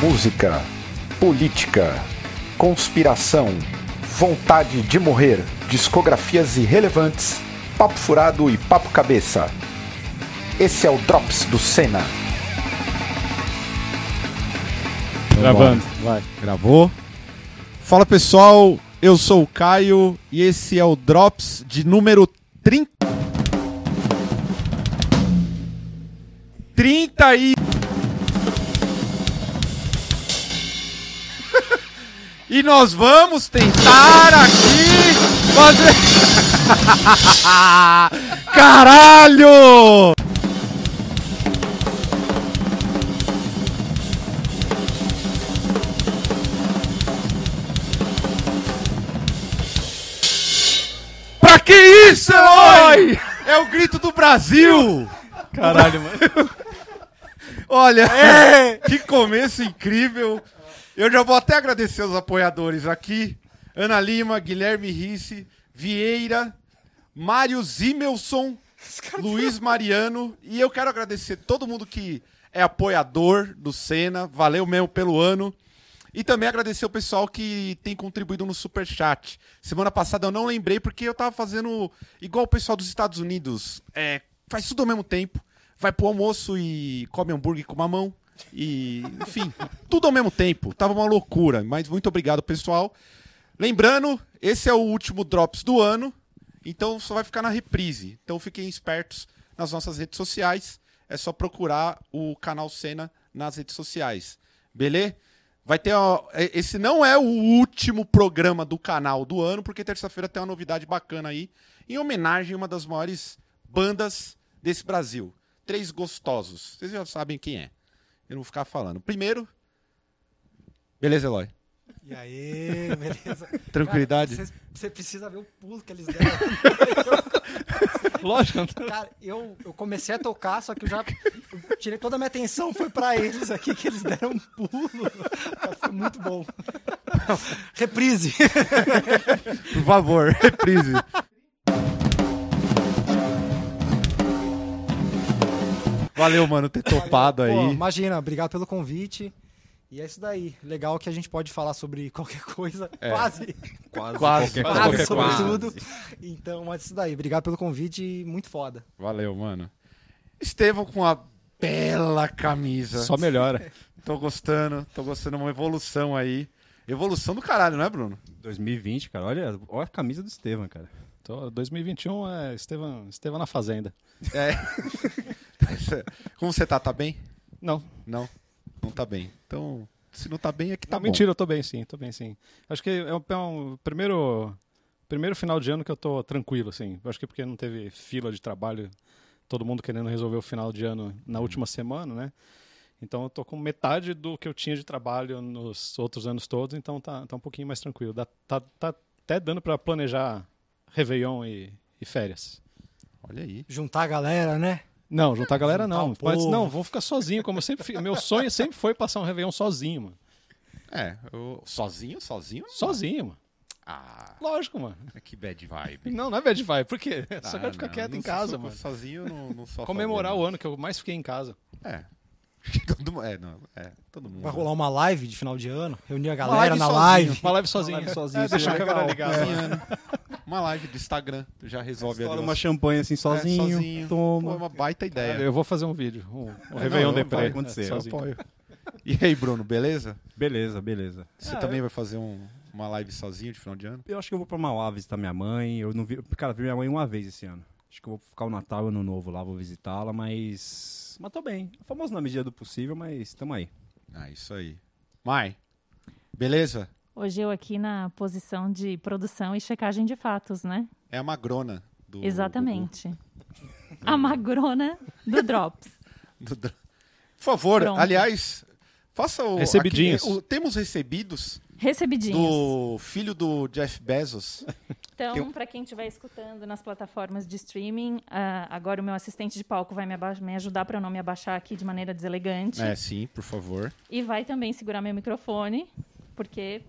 música, política, conspiração, vontade de morrer, discografias irrelevantes, papo furado e papo cabeça. Esse é o Drops do Senna. Gravando, vai. Gravou. Fala pessoal, eu sou o Caio e esse é o Drops de número 30. 30 e. e nós vamos tentar aqui fazer. Caralho! Pra que isso, Eloy? É o grito do Brasil! Caralho, mano. É. Olha, que começo incrível. Eu já vou até agradecer os apoiadores aqui. Ana Lima, Guilherme Risse, Vieira, Mário Zimelson, Luiz Mariano. E eu quero agradecer todo mundo que é apoiador do Senna. Valeu mesmo pelo ano. E também agradecer o pessoal que tem contribuído no Superchat. Semana passada eu não lembrei porque eu tava fazendo igual o pessoal dos Estados Unidos. É, faz tudo ao mesmo tempo. Vai pro almoço e come hambúrguer com mamão. E, enfim, tudo ao mesmo tempo. Tava uma loucura, mas muito obrigado, pessoal. Lembrando, esse é o último Drops do ano, então só vai ficar na reprise. Então fiquem espertos nas nossas redes sociais. É só procurar o canal Cena nas redes sociais. Beleza? Vai ter. ó, é- esse não é o último programa do canal do ano, porque terça-feira tem uma novidade bacana aí, em homenagem a uma das maiores bandas desse Brasil. Três Gostosos. Vocês já sabem quem é. Eu não vou ficar falando. Primeiro. Beleza, Eloy? E aí, beleza? Tranquilidade? Você precisa ver o pulo que eles deram. Lógico, não tá- Cara, eu, eu comecei a tocar, só que eu já eu tirei toda a minha atenção, foi pra eles aqui, que eles deram um pulo. Cara, Foi muito bom. Reprise. Por favor, reprise. Valeu, mano, ter topado Pô, aí. imagina, obrigado pelo convite. E é isso daí. Legal que a gente pode falar sobre qualquer coisa. Quase. Quase, Quase, É. qualquer coisa. sobre tudo. Então, é isso daí. Obrigado pelo convite e muito foda. Valeu, mano. Estevão com a bela camisa. Só melhora. Tô gostando, tô gostando. Uma evolução aí. Evolução do caralho, não é, Bruno? 2020, cara. Olha, olha a camisa do Estevam, cara. Então, 2021 é Estevam, Estevam na Fazenda. Como você tá? Tá bem? Não, Não? Não tá bem. Então, se não tá bem, é que tá não, bom. mentira, eu tô bem sim, tô bem sim. Acho que é o é um primeiro, primeiro final de ano que eu tô tranquilo, assim. Eu Acho que porque não teve fila de trabalho, todo mundo querendo resolver o final de ano na Uhum. última semana, né? Então eu tô com metade do que eu tinha de trabalho nos outros anos todos, então tá, tá um pouquinho mais tranquilo. Dá- tá, tá até dando pra planejar Réveillon e, e férias. Olha aí. Juntar a galera, né? Não, juntar a galera não. Juntar o mas povo. não, vou ficar sozinho, como eu sempre fi- Meu sonho sempre foi passar um Réveillon sozinho, mano. É, eu- sozinho, sozinho? Sozinho, mano. Ah, Lógico, mano. que bad vibe. Não, não é bad vibe. Por quê? Só quero ficar Ah, não, quieto não em sou- casa, sou- mano. Sozinho, não, não sou a Comemorar o favor, ano que eu mais fiquei em casa. não. É. Todo, mu- é, não, é, todo mundo. Vai rolar uma live de final de ano, reunir a live galera na sozinho. live. Uma live sozinho. live sozinho, é, isso é deixar a câmera legal. ligada. Sim, Ana. Uma live do Instagram, tu já resolve Estoura ali. uma umas- champanhe assim sozinho. É, sozinho. Pô, é Toma. uma baita ideia. Eu vou fazer um vídeo. Um, um não, Réveillon não vai Depré. acontecer, é, eu sozinho. E aí, Bruno, beleza? Beleza, beleza. Ah, Você também vai fazer um- uma live sozinho de final de ano? Eu acho que eu vou pra Mauá visitar minha mãe. Eu não vi. Cara, vi minha mãe uma vez esse ano. Acho que eu vou ficar o Natal e o Ano Novo lá, vou visitá-la, mas. Mas tô bem. Famoso na medida do possível, mas tamo aí. Ah, isso aí. Mai, beleza? Hoje eu aqui na posição de produção e checagem de fatos, né? É a magrona do. Exatamente. A magrona do Drops. do- do- Por favor, Pronto. aliás, faça o. Recebidinhos. aquele- o- temos recebidos Recebidinhos. do filho do Jeff Bezos. Então, para quem estiver escutando nas plataformas de streaming, ah, agora o meu assistente de palco vai me, aba- me ajudar para eu não me abaixar aqui de maneira deselegante. é, sim, por favor. E vai também segurar meu microfone, porque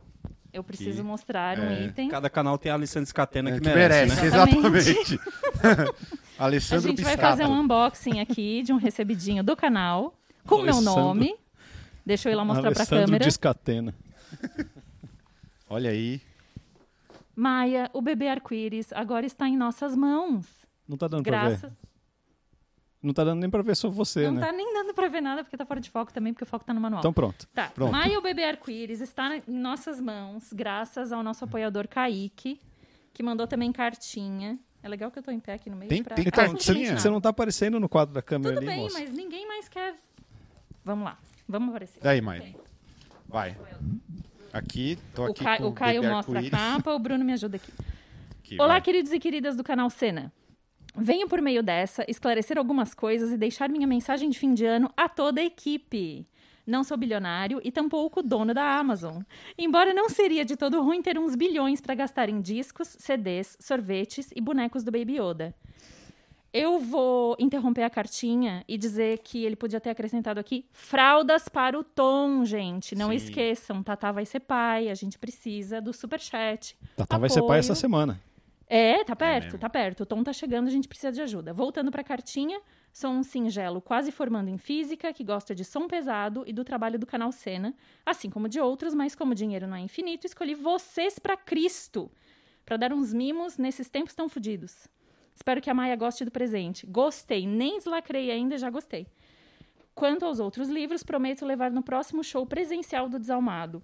eu preciso Que- mostrar um é. item. Cada canal tem a Alessandra Scatena É, que, merece. né? exatamente. Exatamente. A Alessandro gente vai um- Piscato. fazer um unboxing aqui de um recebidinho do canal, com meu Alessandro. nome, Deixa eu ir lá mostrar pra Alessandro câmera. Descatena. Olha aí. Maia, o bebê arco-íris agora está em nossas mãos. Não tá dando pra Graças. ver. Não tá dando nem pra ver só você, Não né? tá nem dando pra ver nada porque tá fora de foco também, porque o foco tá no manual. Então pronto. Tá. Pronto. Maia, o bebê arco-íris, está em nossas mãos, graças ao nosso apoiador Kaique, que mandou também cartinha. É legal que eu tô em pé aqui no meio. Tem- pra... tem Então, cartinha? Você não tá aparecendo no quadro da câmera Tudo ali, bem, moça. mas ninguém mais quer. Vamos lá, vamos aparecer. Daí, Maia. Vai. Aqui, tô O, aqui. Ca- com o Caio bebê mostra a arco-íris. capa, o Bruno me ajuda aqui. Aqui, Olá, vai. queridos e queridas do canal Cena. Venho por meio dessa esclarecer algumas coisas e deixar minha mensagem de fim de ano a toda a equipe. Não sou bilionário e tampouco dono da Amazon. Embora não seria de todo ruim ter uns bilhões para gastar em discos, CDs, sorvetes e bonecos do Baby Yoda. Eu vou interromper a cartinha e dizer que ele podia ter acrescentado aqui fraldas para o Tom, gente. Não Sim. esqueçam, Tatá vai ser pai, a gente precisa do superchat. Tatá Tá, vai ser pai Apoio. essa semana. É, tá perto, mesmo. tá perto. O Tom tá chegando, a gente precisa de ajuda. Voltando pra cartinha, sou um singelo quase formando em física, que gosta de som pesado e do trabalho do canal Cena, assim como de outros, mas como o dinheiro não é infinito, escolhi vocês pra Cristo, pra dar uns mimos nesses tempos tão fodidos. Espero que a Maia goste do presente. Gostei, nem deslacrei ainda, já gostei. Quanto aos outros livros, prometo levar no próximo show presencial do Desalmado.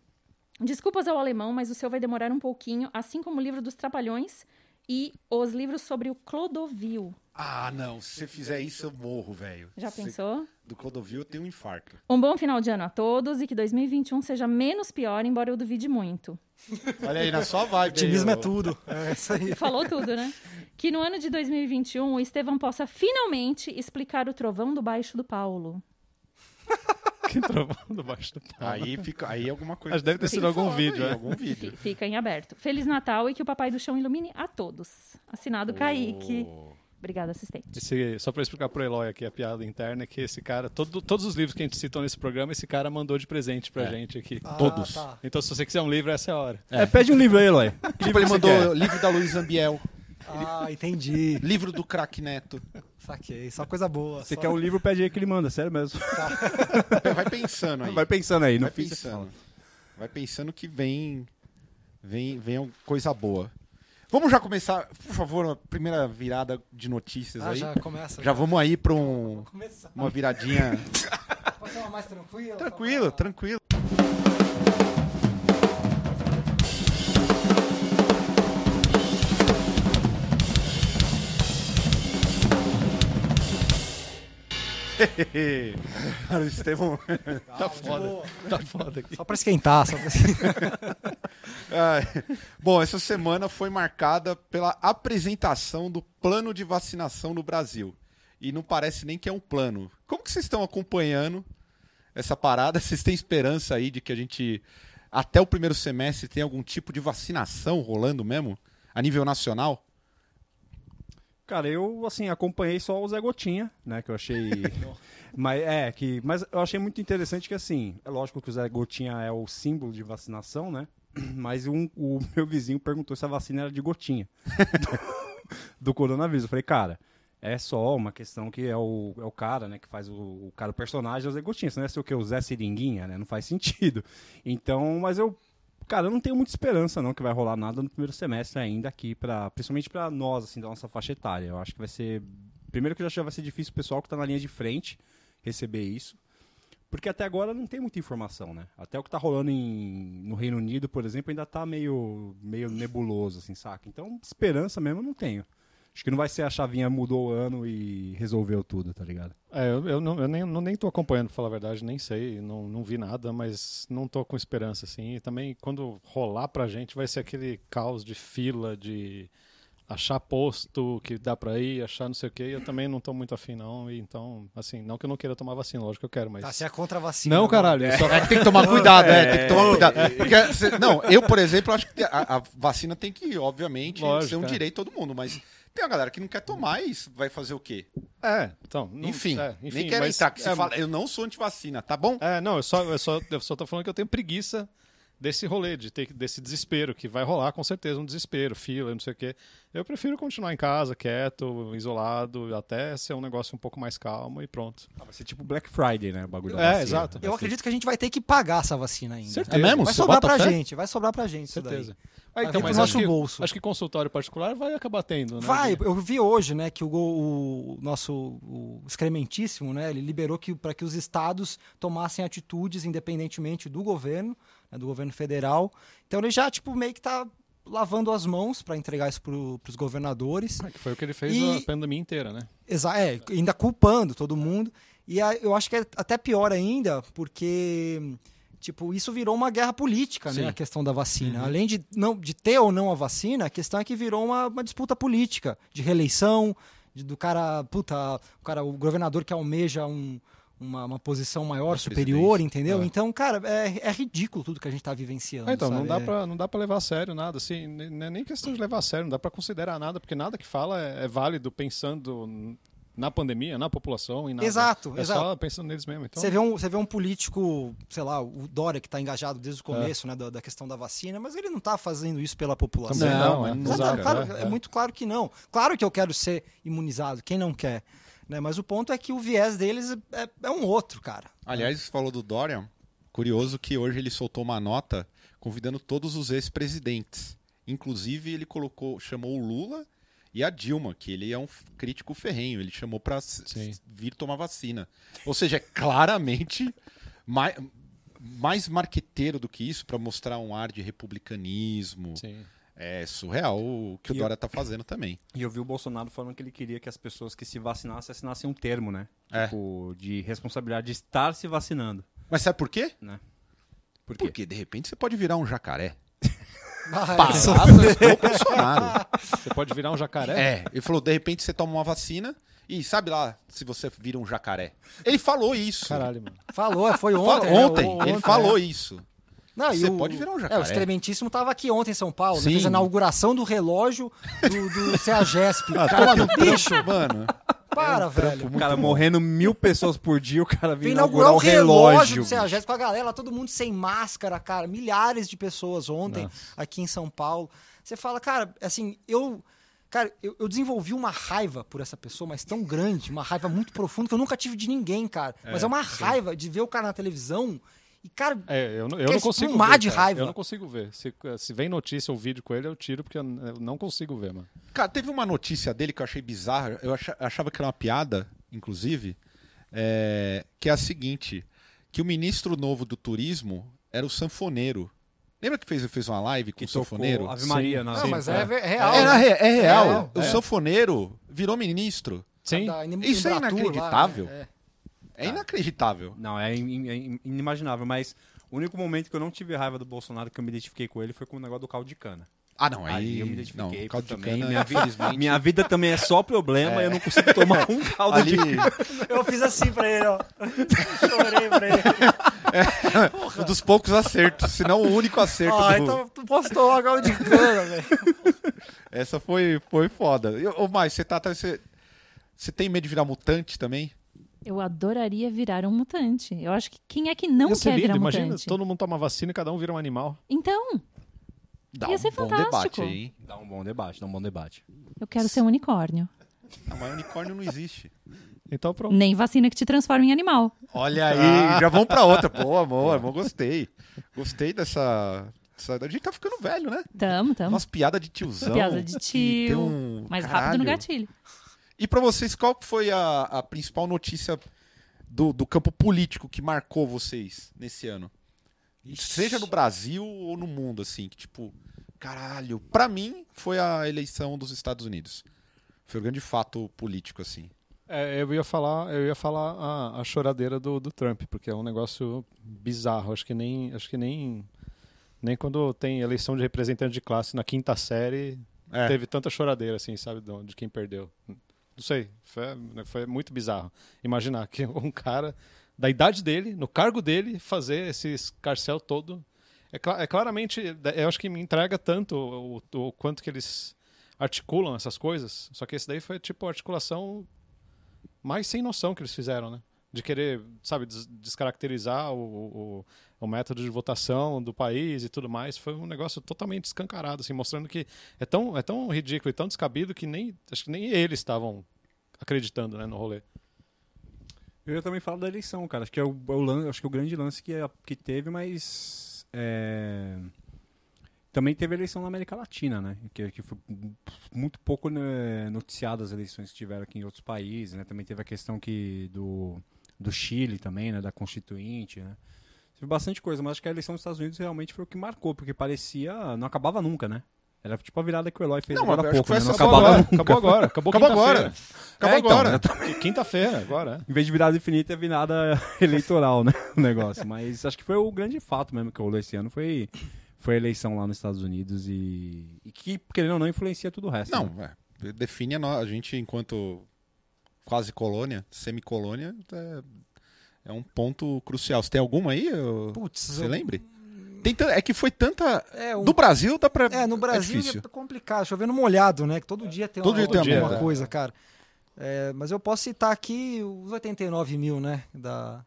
Desculpas ao alemão, mas o seu vai demorar um pouquinho, assim como o livro dos Trapalhões e os livros sobre o Clodovil. Ah, não. Se você fizer isso, eu morro, velho. Já Se- pensou? Do Clodovil, eu tenho um infarto. Um bom final de ano a todos e que 2021 seja menos pior, embora eu duvide muito. Olha aí, na sua vibe. Otimismo aí, é ô- tudo. É isso aí. Falou tudo, né? Que no ano de 2021 o Estevão possa finalmente explicar o trovão do baixo do Paulo. Quem trovão do baixo do pau. Aí fica, aí é alguma coisa. Acho que deve ter sido algum vídeo, aí, é. algum Fi- vídeo. né? Fica em aberto. Feliz Natal e que o Papai do Chão ilumine a todos. Assinado Kaique. Oh. Ô, Obrigada, assistente. Esse- só pra explicar pro Eloy aqui a piada interna, é que esse cara, todo- todos os livros que a gente citou nesse programa, esse cara mandou de presente pra gente aqui. Todos. Ah, tá. Então se você quiser um livro, essa é a hora. É, pede um livro aí, Eloy. Tipo, ele mandou livro da Luiz Ambiel, Ah, entendi. livro do craque Neto. Saquei. Só coisa boa. Você só- Ah, quer um livro, pede aí que ele manda, sério mesmo. Vai pensando aí. Vai pensando aí, não Vai pensando. Vai pensando que vem, vem, vem coisa boa. Vamos já começar, por favor, a primeira virada de notícias Ah, aí. já começa. Já vamos aí para um, Começar. uma viradinha. Pode ser uma mais tranquila? tranquilo, tá. tranquilo. Cara, o Estevão. tá foda. Tá foda aqui. Só pra esquentar. Só pra... Ai. Bom, essa semana foi marcada pela apresentação do plano de vacinação no Brasil. E não parece nem que é um plano. Como que vocês estão acompanhando essa parada? Vocês têm esperança aí de que a gente, até o primeiro semestre, tenha algum tipo de vacinação rolando mesmo? A nível nacional? Cara, eu, assim, acompanhei só o Zé Gotinha, né, que eu achei... mas, é, que... Mas eu achei muito interessante que, assim, é lógico que o Zé Gotinha é o símbolo de vacinação, né? Mas um- o meu vizinho perguntou se a vacina era de gotinha do, do coronavírus. Eu falei, cara, é só uma questão que é o, é o cara, né, que faz o, o cara, o personagem é o Zé Gotinha. Senão ia ser o quê? O Zé Seringuinha, né? Não faz sentido. Então, mas eu... Cara, eu não tenho muita esperança não que vai rolar nada no primeiro semestre ainda aqui, pra, principalmente pra nós, assim, da nossa faixa etária. Eu acho que vai ser... Primeiro que eu acho que já vai ser difícil o pessoal que tá na linha de frente receber isso. Porque até agora não tem muita informação, né? Até o que tá rolando em, no Reino Unido, por exemplo, ainda tá meio, meio nebuloso, assim, saca? Então, esperança mesmo eu não tenho. Acho que não vai ser a chavinha mudou o ano e resolveu tudo, tá ligado? É, eu, eu não, eu nem, não, nem tô acompanhando, pra falar a verdade, nem sei, não, não vi nada, mas não tô com esperança, assim. E também, quando rolar pra gente, vai ser aquele caos de fila, de achar posto que dá pra ir, achar não sei o quê. E eu também não tô muito afim, não. E então, assim, não que eu não queira tomar vacina, lógico que eu quero, mas... Tá, você é contra a vacina. não, né? caralho, eu só... É que tem que tomar cuidado, é, tem que tomar cuidado. Porque, cê- não, eu, por exemplo, acho que a, a vacina tem que, obviamente, Lógico, ser um é. direito de todo mundo, mas tem uma galera que não quer tomar e isso vai fazer o quê? É, então... não- enfim, é, nem quero mas- entrar, que você é, fala, eu não sou antivacina, tá bom? É, não, eu só, eu, só, eu só tô falando que eu tenho preguiça desse rolê, de ter, desse desespero, que vai rolar com certeza um desespero, fila, não sei o quê. Eu prefiro continuar em casa, quieto, isolado, até ser um negócio um pouco mais calmo e pronto. Vai ser tipo Black Friday, né? O bagulho da É, vacina. exato. Vai Eu ser- acredito que a gente vai ter que pagar essa vacina ainda. Certeza. É mesmo? Vai Você sobrar bota pra fé? gente, vai sobrar pra gente isso daí. certeza. Ah, Vai vir pro acho nosso que- bolso. Acho que consultório particular vai acabar tendo, né? Vai, Gui? eu vi hoje, né, que o, go- o nosso o excrementíssimo, né, ele liberou que para que os estados tomassem atitudes independentemente do governo, né, do governo federal. Então ele já tipo meio que tá lavando as mãos para entregar isso para os governadores. Ah, que foi o que ele fez E- a pandemia inteira, né? Exa é, ainda culpando todo mundo. E a- eu acho que é até pior ainda, porque tipo, isso virou uma guerra política, né, Sim. a questão da Uhum. vacina. Além de não de ter ou não a vacina, a questão é que virou uma, uma disputa política, de reeleição, de- do cara, puta, o cara, o governador que almeja um- uma, uma posição maior, superior, entendeu? Então, cara, é, é ridículo tudo que a gente tá vivenciando. Ah, então, não sabe? dá, É- pra, não dá pra levar a sério nada, assim, n- não é nem questão de levar a sério, não dá pra considerar nada, porque nada que fala é, é válido pensando n- na pandemia, na população e nada. Exato, É exato. só pensando neles mesmo, então... Você vê, um, você vê um político, sei lá, o Dória, que está engajado É. desde o começo né, da, da questão da vacina, mas ele não está fazendo isso pela população. Também não, é, Exato, exato, claro, é, é, é. muito claro que não. Claro que eu quero ser imunizado, quem não quer? Né? Mas o ponto é que o viés deles é, é um outro, cara. Aliás, você falou do Dorian. Curioso que hoje ele soltou uma nota convidando todos os ex-presidentes. Inclusive, ele colocou, chamou o Lula e a Dilma, que ele é um f- crítico ferrenho. Ele chamou para Sim. vir tomar vacina. Ou seja, é claramente mais, mais marqueteiro do que isso para mostrar um ar de republicanismo. Sim. É surreal o que o E Dória tá fazendo também. E eu vi o Bolsonaro falando que ele queria que as pessoas que se vacinassem assinassem um termo, né? É. Tipo, de responsabilidade de estar se vacinando. Mas sabe por quê? Por quê? Porque de repente você pode virar um jacaré. Ah, Palavras do Bolsonaro. Você pode virar um jacaré? É, ele falou, de repente você toma uma vacina e sabe lá se você vira um jacaré. Ele falou isso. Caralho, mano. Falou, é, foi Ele falou- ontem. ontem, né? ele ontem, falou né? isso. Não, e Você o- pode virar um É, jacaré. o excrementíssimo estava aqui ontem em São Paulo, né? Sim. fez a inauguração do relógio do, do CEAGESP. Cara, cara, tem um que bicho! trampo, mano. Para, velho! O cara morrendo mil pessoas por dia, o cara Vem vem inaugurar o relógio do bicho. Ceagésio com a galera, lá, todo mundo sem máscara, cara. Milhares de pessoas ontem aqui em São Paulo. Você fala, cara, assim, eu. Cara, eu, eu desenvolvi uma raiva por essa pessoa, mas tão grande, uma raiva muito profunda que eu nunca tive de ninguém, cara. mas é uma raiva de ver o cara na televisão e, cara, É, eu, não- eu Quer não consigo espumar ver. um de cara. raiva. Eu não consigo ver. Se, se vem notícia ou vídeo com ele, eu tiro, porque eu n- eu não consigo ver, mano. Cara, teve uma notícia dele que eu achei bizarra. Eu acha- achava que era uma piada, inclusive. é, que é a seguinte: que o ministro novo do turismo era o sanfoneiro. Lembra que fez, fez uma live com Que o sanfoneiro? tocou Ave Maria na não, mas é, ve- é real. Era re- é real. É, o é. sanfoneiro virou ministro. Sim. um Da Inim- Isso é Embratur lá, inacreditável. né? É. É inacreditável. Não, é, in- in- é in- inimaginável, mas o único momento que eu não tive raiva do Bolsonaro que eu me identifiquei com ele foi com o negócio do caldo de cana. Ah, não, aí, eu me não, identifiquei caldo de também. cana, é minha, vida, né, infelizmente. minha vida também é só problema, eu não consigo tomar um caldo Ali, de cana. Eu fiz assim pra ele, ó. Chorei pra ele. um dos poucos acertos, se não o único acerto. Ó, do- então tu postou logo de cana, velho. Essa foi, foi foda. Eu- Ô, mais, você tá atrás- Você, você tem medo de virar mutante também? Eu adoraria virar um mutante. Eu acho que quem é que não Ia ser quer lindo, virar imagina, mutante? todo mundo toma vacina e cada um vira um animal. Então, Dá Ia um ser bom debate fantástico. aí, hein? Dá um bom debate, dá um bom debate. eu quero ser um unicórnio. Não, mas unicórnio não existe. Então pronto. Nem vacina que te transforma em animal. Olha aí, já vamos pra outra. Pô, amor, amor, gostei. Gostei dessa. dessa- A gente tá ficando velho, né? Tamo, tamo. Umas piadas de tiozão. Então. Piada de que tio. tem um- Mais rápido no Caralho. gatilho. E pra vocês, qual que foi a, a principal notícia do, do campo político que marcou vocês nesse ano? Seja no Brasil ou no mundo, assim, que tipo, caralho, pra mim foi a eleição dos Estados Unidos. Foi o grande fato político, assim. É, eu ia falar, eu ia falar a, a choradeira do, do Trump, porque é um negócio bizarro. Acho que nem, acho que nem, nem quando tem eleição de representante de classe na quinta série É. teve tanta choradeira, assim, sabe, de, de quem perdeu. Não sei, foi, foi muito bizarro. Imaginar que um cara da idade dele, no cargo dele, fazer esse escarcel todo. É, cla- é claramente, eu acho que me entrega tanto o, o- o quanto que eles articulam essas coisas. Só que esse daí foi tipo articulação mais sem noção que eles fizeram, né? de querer, sabe, des- descaracterizar o, o, o método de votação do país e tudo mais. Foi um negócio totalmente escancarado, assim, mostrando que é tão, é tão ridículo e tão descabido que nem, acho que nem eles estavam acreditando né, no rolê. Eu ia também falo da eleição, cara. Acho que é o, é o lan- acho que o grande lance que, é- que teve, mas. é, Também teve eleição na América Latina, né? Que, que foi muito pouco né, noticiado as eleições que tiveram aqui em outros países, né? Também teve a questão que do, do Chile também, né? Da Constituinte, né? Teve bastante coisa, mas acho que a eleição dos Estados Unidos realmente foi o que marcou, porque parecia... Não acabava nunca, né? Era tipo a virada que o Eloy fez Não, agora mas há acho que pouco, foi né? Não essa- Acabou agora, acabava nunca. acabou agora, acabou, Acabou agora. quinta-feira. Acabou É, então, agora. Qu- Quinta-feira, agora, é. Em vez de virada infinita, é virada eleitoral, né? O negócio. Mas acho que foi o grande fato mesmo que rolou esse ano. Foi, foi a eleição lá nos Estados Unidos e, e que, querendo ou não, influencia tudo o resto. né? Não, é, define a, no- a gente enquanto quase colônia, semicolônia, é, é um ponto crucial. Você tem alguma aí? ô- Putz, Você eu- lembra? Tem tan- é que foi tanta. é, um- Do Brasil dá pra. é, no Brasil é, difícil. complicado, chovendo molhado, né? Que todo dia tem Todo uma, dia tem uma alguma merda. coisa, cara. É, mas eu posso citar aqui os 89 mil, né? Da,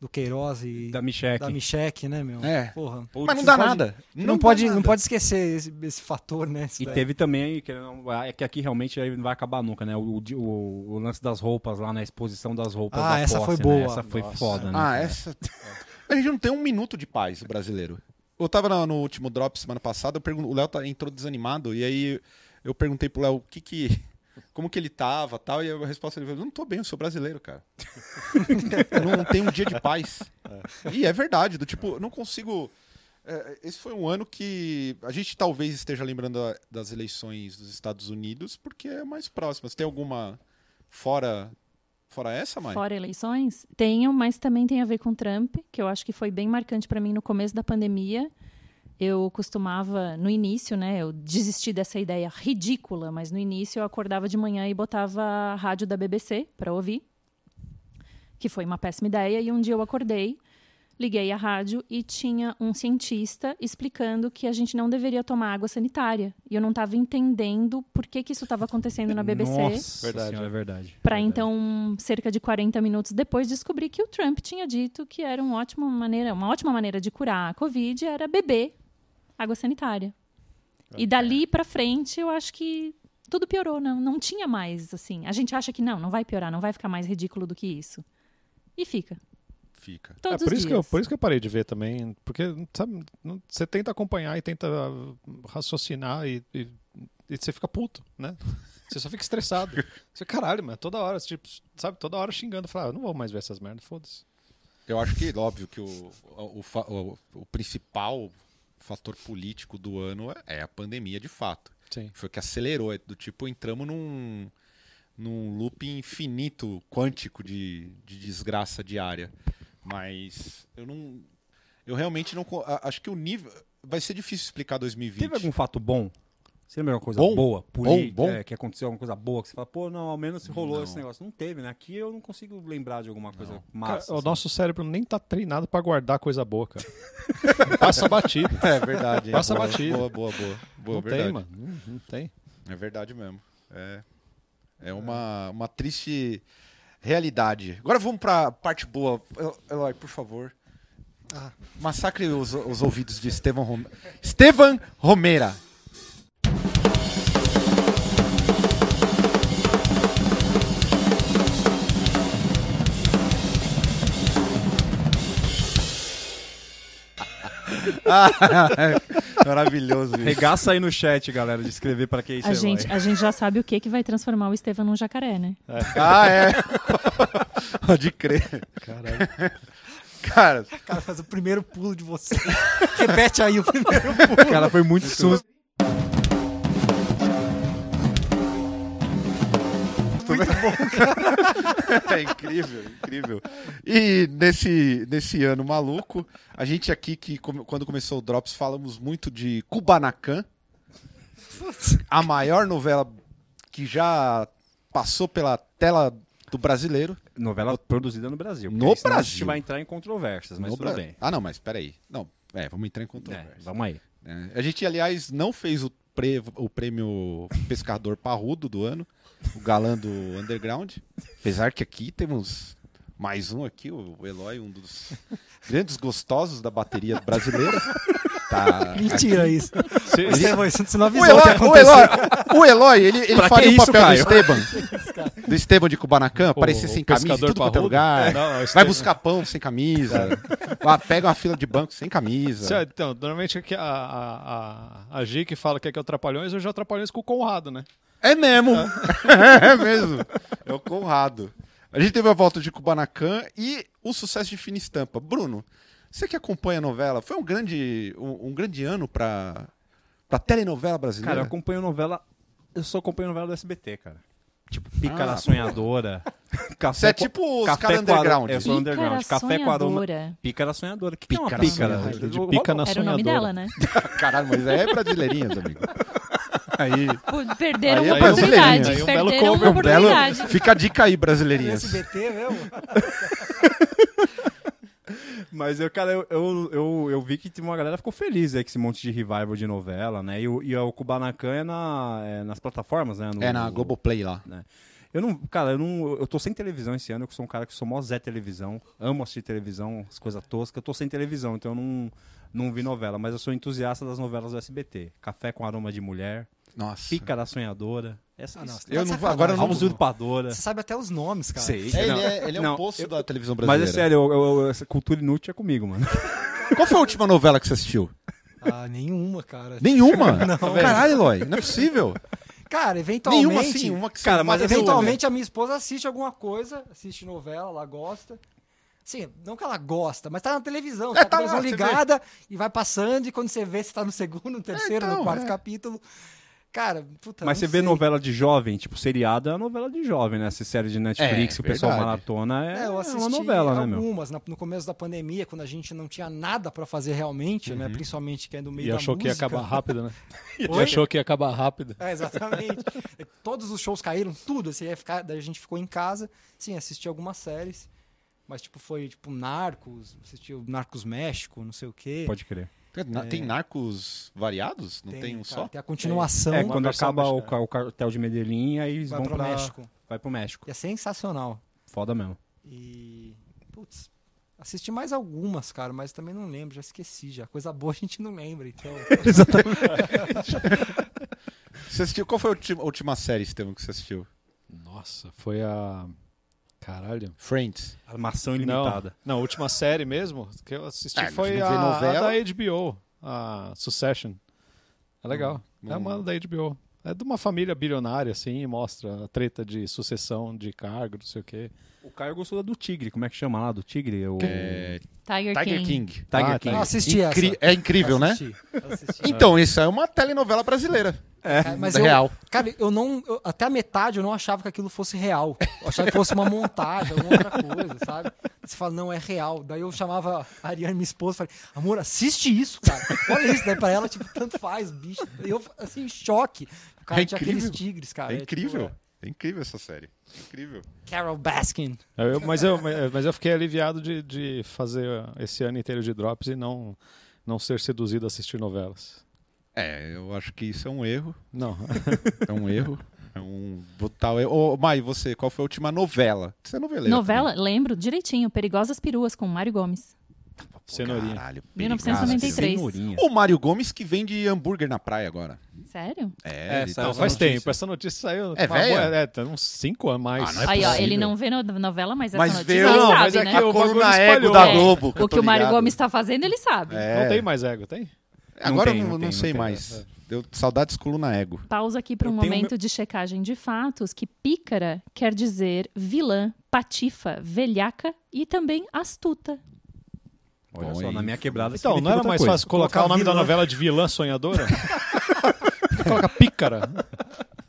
do Queiroz e Da Michelle. da Michek, né, meu? É. Porra. Mas não Você dá pode- nada. Não, pode, dá não nada. pode esquecer esse, esse fator, né? Isso E daí. teve também, querendo ou não, é que aqui realmente aí não vai acabar nunca, né? O, o- o- o lance das roupas lá, na exposição das roupas. Ah, da essa posse, foi né? boa. Essa foi Nossa. foda, né? Ah, essa. A gente não tem um minuto de paz, o brasileiro. Eu tava na- no último drop semana passada, eu pergun- o Léo tá- entrou desanimado, e aí eu perguntei pro Léo o que que. Como que ele tava tal, e a resposta dele foi: Não tô bem, eu sou brasileiro, cara. não tem um dia de paz. E é verdade, do tipo, eu não consigo. é, esse foi um ano que a gente talvez esteja lembrando a- das eleições dos Estados Unidos, porque é mais próximo. Você tem alguma fora fora essa, mãe? Fora eleições? Tenho, mas também tem a ver com Trump, que eu acho que foi bem marcante para mim no começo da pandemia. Eu costumava, no início, né? Eu desisti dessa ideia ridícula, mas no início eu acordava de manhã e botava a rádio da BBC para ouvir, que foi uma péssima ideia. E um dia eu acordei, liguei a rádio e tinha um cientista explicando que a gente não deveria tomar água sanitária. E eu não estava entendendo por que, que isso estava acontecendo na BBC. Nossa Verdade. senhora, é verdade. Uhum. Para então, cerca de 40 minutos depois, descobri que o Trump tinha dito que era uma ótima maneira, uma ótima maneira de curar a Covid era beber água sanitária. E dali para frente, eu acho que tudo piorou, não, não tinha mais assim. A gente acha que não, não vai piorar, não vai ficar mais ridículo do que isso. E fica. Fica. Todos É, por, os isso que eu, dias. por isso que eu parei de ver também, porque sabe, não- você tenta acompanhar e tenta ah, raciocinar e, e- e você fica puto, né? Você só fica estressado. Você, caralho, mano, toda hora, tipo, sabe, toda hora xingando, fala, ah, não vou mais ver essas merdas, foda-se. Eu acho que, óbvio, que o, o, fa- o- o principal fator político do ano é- é a pandemia, de fato. Sim. Foi o que acelerou. é Do tipo, entramos num, num loop infinito, quântico de, de desgraça diária. Mas eu não. Eu realmente não. co- a- Acho que o nível. Vai ser difícil explicar 2020. Teve algum fato bom? Você lembra de alguma coisa Bom? boa? Política, bom? é, que aconteceu alguma coisa boa que você fala, pô, não, ao menos rolou Não. esse negócio. Não teve, né? Aqui eu não consigo lembrar de alguma coisa Cara, massa. o assim. nosso cérebro nem tá treinado pra guardar coisa boa, cara. Passa batido. É verdade. Passa boa, batido. Boa, boa, boa. boa não verdade. tem, mano. Não, não tem. É verdade mesmo. É, é uma, uma triste realidade. Agora vamos pra parte boa. El- Eloy, por favor. Ah. Massacre os, os ouvidos de Estevam Rom... Estevan Romera. Ah, é Maravilhoso isso. Regaça aí no chat, galera, de escrever pra quem é isso A gente, a gente já sabe o que que vai transformar o Estevam num jacaré, né? Ah, é. Pode crer. Caralho. Cara, O cara faz o primeiro pulo de você. Repete aí o primeiro. O cara foi muito susto. é incrível, incrível. E nesse, nesse ano maluco, a gente aqui, que come- quando começou o Drops, falamos muito de Kubanacan, a maior novela que já passou pela tela do brasileiro. Novela produzida no Brasil. porque No senão A gente Brasil. vai entrar em controvérsias, mas No tudo Bra- bem. Ah, não, mas peraí. Não, é, vamos entrar em É, controvérsia. vamos aí. né? A gente, aliás, não fez o, pre- o prêmio Pescador Parrudo do ano, o galã do Underground. Apesar que aqui temos Mais um aqui, o Eloy, um dos grandes gostosos da bateria brasileira. Tá. Mentira isso. Se- se- Estevão, isso você não O avisou o que Eloy, o aconteceu. Eloy, o Eloy, ele, ele Pra faria que o isso, papel Caio? do Esteban. do Esteban de Kubanacan, o- aparecer o sem camisa em pescador tudo quanto é parrudo. lugar. É, não, é o Vai Esteban. buscar pão sem camisa. Lá, pega uma fila de banco sem camisa. se- então, normalmente aqui a, a, a, a Gi que fala que é que é o Trapalhões, eu já Trapalhões com o Conrado, né? É mesmo. é mesmo. É o Conrado. A gente teve a volta de Kubanacan e o sucesso de Fina Estampa. Bruno, você que acompanha a novela, foi um grande, um, um grande ano pra, pra telenovela Cara, brasileira? eu acompanho novela. Eu só acompanho novela do SBT, cara. Tipo, Ah, Pícara pô. Sonhadora. Café Você é com- tipo os Café caras com aroma- underground. É, eu sou Pícara underground. Café com aroma. Sonhadora. Pícara Sonhadora. O que, que é uma Pícara pícara? Sonhadora. De pica na Era o sonhadora. nome dela, né? Caralho, mas aí é brasileirinhas, amigo. Aí. Pô, Tipo, Perderam Aí é uma brasileirinha. oportunidade. Aí é um belo Perderam cover, uma É um belo- oportunidade. Fica a dica aí, brasileirinhas. SBT mesmo? Mas eu, cara, eu, eu, eu, eu vi que teve uma galera que ficou feliz aí com esse monte de revival de novela, né? E, o- e o Kubanacan é, na, é nas plataformas, né? No- né? É na Globoplay lá. Eu não, cara, eu não, eu tô sem televisão esse ano, eu sou um cara que sou mó Zé televisão, amo assistir televisão, as coisas toscas, eu tô sem televisão, então eu não, não vi novela, mas eu sou entusiasta das novelas do SBT. Café com aroma de mulher, Nossa. Pica da sonhadora, essa, Ah, não, isso- você tá de não vou- sacanagem. agora eu não Alma usurpadora. Você sabe até os nomes, cara. Sei. É, não, ele é, ele é não, um poço eu- da televisão Mas brasileira. é sério, eu- eu- eu- essa cultura inútil é comigo, mano. Qual foi a última novela que você assistiu? Ah, nenhuma, cara. Nenhuma? Não. Caralho, Eloy, não é possível. Cara, eventualmente. Nenhuma sim, uma que você assim. Cara, mas valeu. eventualmente a minha esposa assiste alguma coisa, assiste novela, ela gosta. Sim, não que ela gosta, mas tá na televisão, tá, É, tá com a televisão lá, você ligada e vai passando, e quando você vê, você tá no segundo, no terceiro, então, no quarto é. capítulo. Cara, puta. Então, Mas não você vê sei. novela de jovem, tipo, seriada é novela de jovem, né? Essa série de Netflix É, que o pessoal verdade. maratona é, É, eu é assisti uma novela, né, meu? algumas na- no começo da pandemia, quando a gente não tinha nada pra fazer realmente, né? Principalmente que é no meio E da achou que ia música. acabar rápido, né? E Oi? achou que ia acabar rápido. É, exatamente. Todos os shows caíram, tudo. Assim, ia ficar, daí a gente ficou em casa, sim, assisti algumas séries. Mas, tipo, foi tipo Narcos, assistiu Narcos México, não sei o quê. Pode crer. Tem, na- tem narcos variados? Não tem, um cara, só? É. Tem a continuação. é, uma quando versão acaba o, mexicana. ca- o cartel de Medellín, aí eles Então, vai vão pro pra... México. Vai pro México. E é sensacional. Foda mesmo. E. Putz, assisti mais algumas, cara, mas também não lembro, já esqueci já. Coisa boa a gente não lembra, então. Você assistiu, qual foi a ultima, a última série, Estevam, que você assistiu? Nossa, foi a. Caralho. Friends. Armação Não, ilimitada. não, a última série mesmo que eu assisti Ah, mas foi não a, vê a novela? da HBO, a Succession. É legal. Hum, é uma da HBO. É de uma família bilionária, assim, e mostra a treta de sucessão de cargo, não sei o quê. O Caio gostou da do Tigre. Como é que chama lá? Do Tigre? O... É, Tiger, Tiger King. King. Tiger Ah, King. Não, assisti Incri- É essa. incrível, né? Assisti, assisti. Então, isso é uma telenovela brasileira. Cara, mas da eu, real. Cara, eu não. eu- até a metade eu não achava que aquilo fosse real. Eu achava que fosse uma montagem, alguma outra coisa, sabe? Você fala, não, é real. Daí eu chamava a Ariane, minha esposa, e falei, amor, assiste isso, cara. Olha isso, daí pra ela, tipo, tanto faz, bicho. E eu, assim, em choque. O cara É tinha incrível. aqueles tigres, cara. É tipo, incrível. É incrível essa série. É incrível. Carol Baskin. Eu- mas, eu, mas eu fiquei aliviado de, de fazer esse ano inteiro de drops e não, não ser seduzido a assistir novelas. É, eu acho que isso é um erro. Não, É um erro. É um brutal erro. Ô, Mai, você, qual foi a última novela? Você é noveleira. Novela, lembro direitinho, Perigosas Peruas com Mário Gomes. também. cenourinha. Caralho, perigosa. é 1993. Cenourinha. O Mário Gomes que vende hambúrguer na praia agora. Sério? É, ele Essa tá- é Não, essa faz notícia. tempo. Essa notícia saiu. É uma velha? boa- É, tem uns cinco a mais. Ah, não é Aí, ó, possível. ele não vê no- novela, mas essa Mas notícia vê, ele não, sabe, mas é né? que o bagulho coluna ego espalhou. da É, Globo. que eu o tô que o Mário ligado. Gomes tá fazendo, ele sabe. Não É, tem mais ego, tem? Agora tem, eu não, não não tem, sei não tem. mais. Deu saudades coluna ego. Pausa aqui para um Eu tenho momento de checagem de fatos que pícara quer dizer vilã, patifa, velhaca e também astuta. Olha Bom, só, aí. na minha quebrada Então, não significa era outra mais coisa. fácil colocar o nome da vilã. novela de vilã sonhadora? Coloca pícara.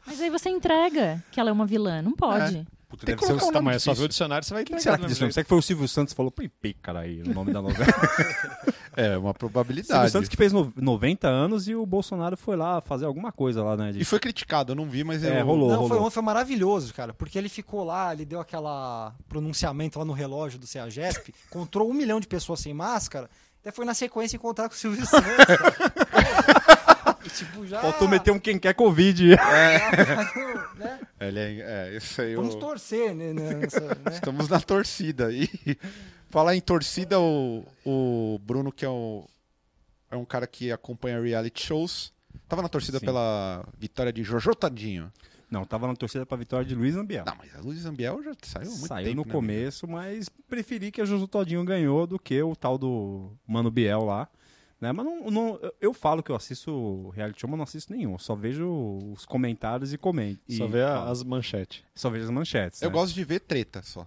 Mas aí você entrega que ela é uma vilã, não pode. Puta, Deve ser o tamanho. é Só ver o dicionário, você vai Quem entregar. será do que mesmo disse? Será jeito. que foi o Silvio Santos que falou, põe pícara aí no nome da novela? É, uma probabilidade. Silvio Santos que fez no- 90 anos e o Bolsonaro foi lá fazer alguma coisa lá, né? de- E foi criticado, eu não vi, mas É, eu- rolou. não, foi, ontem, foi maravilhoso, cara, porque ele ficou lá, ele deu aquela pronunciamento lá no relógio do CEAGESP, encontrou um milhão de pessoas sem máscara, até foi na sequência encontrar com o Silvio Santos. cara. E, tipo, já... Ah. Faltou meter um quem quer Covid. já- né? Ele é, é, isso aí. Vamos eu- torcer, né? nessa, né? Estamos na torcida. E falar em torcida, o, o Bruno, que é, o, é um cara que acompanha reality shows, tava na torcida Sim. pela vitória de Jojo Tadinho. Não, tava na torcida pra vitória de Luiz Ambiel. Não, mas a Luiz Ambiel já saiu há muito Saiu tempo. no né, começo, mas preferi que a Josu Todinho ganhou do que o tal do Mano Biel lá. Né? Mas não, não- eu falo que eu assisto reality show, mas não assisto nenhum. Eu só vejo os comentários e comento. Só e vê a- falo. as manchetes. só vejo as manchetes. Eu né? gosto de ver treta só.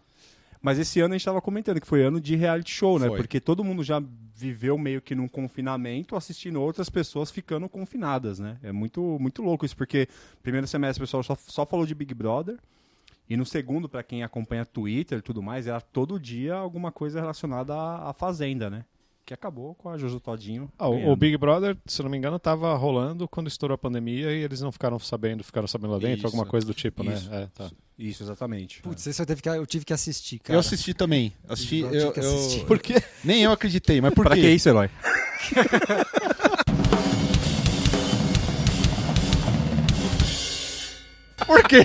Mas esse ano a gente tava comentando que foi ano de reality show, né? Foi. Porque todo mundo já viveu meio que num confinamento, assistindo outras pessoas ficando confinadas, né? É muito, muito louco isso, porque primeiro semestre o pessoal só, só falou de Big Brother. E no segundo, pra quem acompanha Twitter e tudo mais, era todo dia alguma coisa relacionada à, à Fazenda, né? Que acabou com a Jojo Todinho. Ah, o, ganhando. o Big Brother, se não me engano, tava rolando quando estourou a pandemia e eles não ficaram sabendo, ficaram sabendo lá dentro, Isso. alguma coisa do tipo, Isso. né? É, tá. Isso, exatamente. Putz, esse eu, teve que, eu tive que assistir, cara. Eu assisti também. Assisti, Eu tive eu, que eu- assistir. Por quê? Nem eu acreditei, mas por É. Pra quê? que isso, Eloy? Por quê?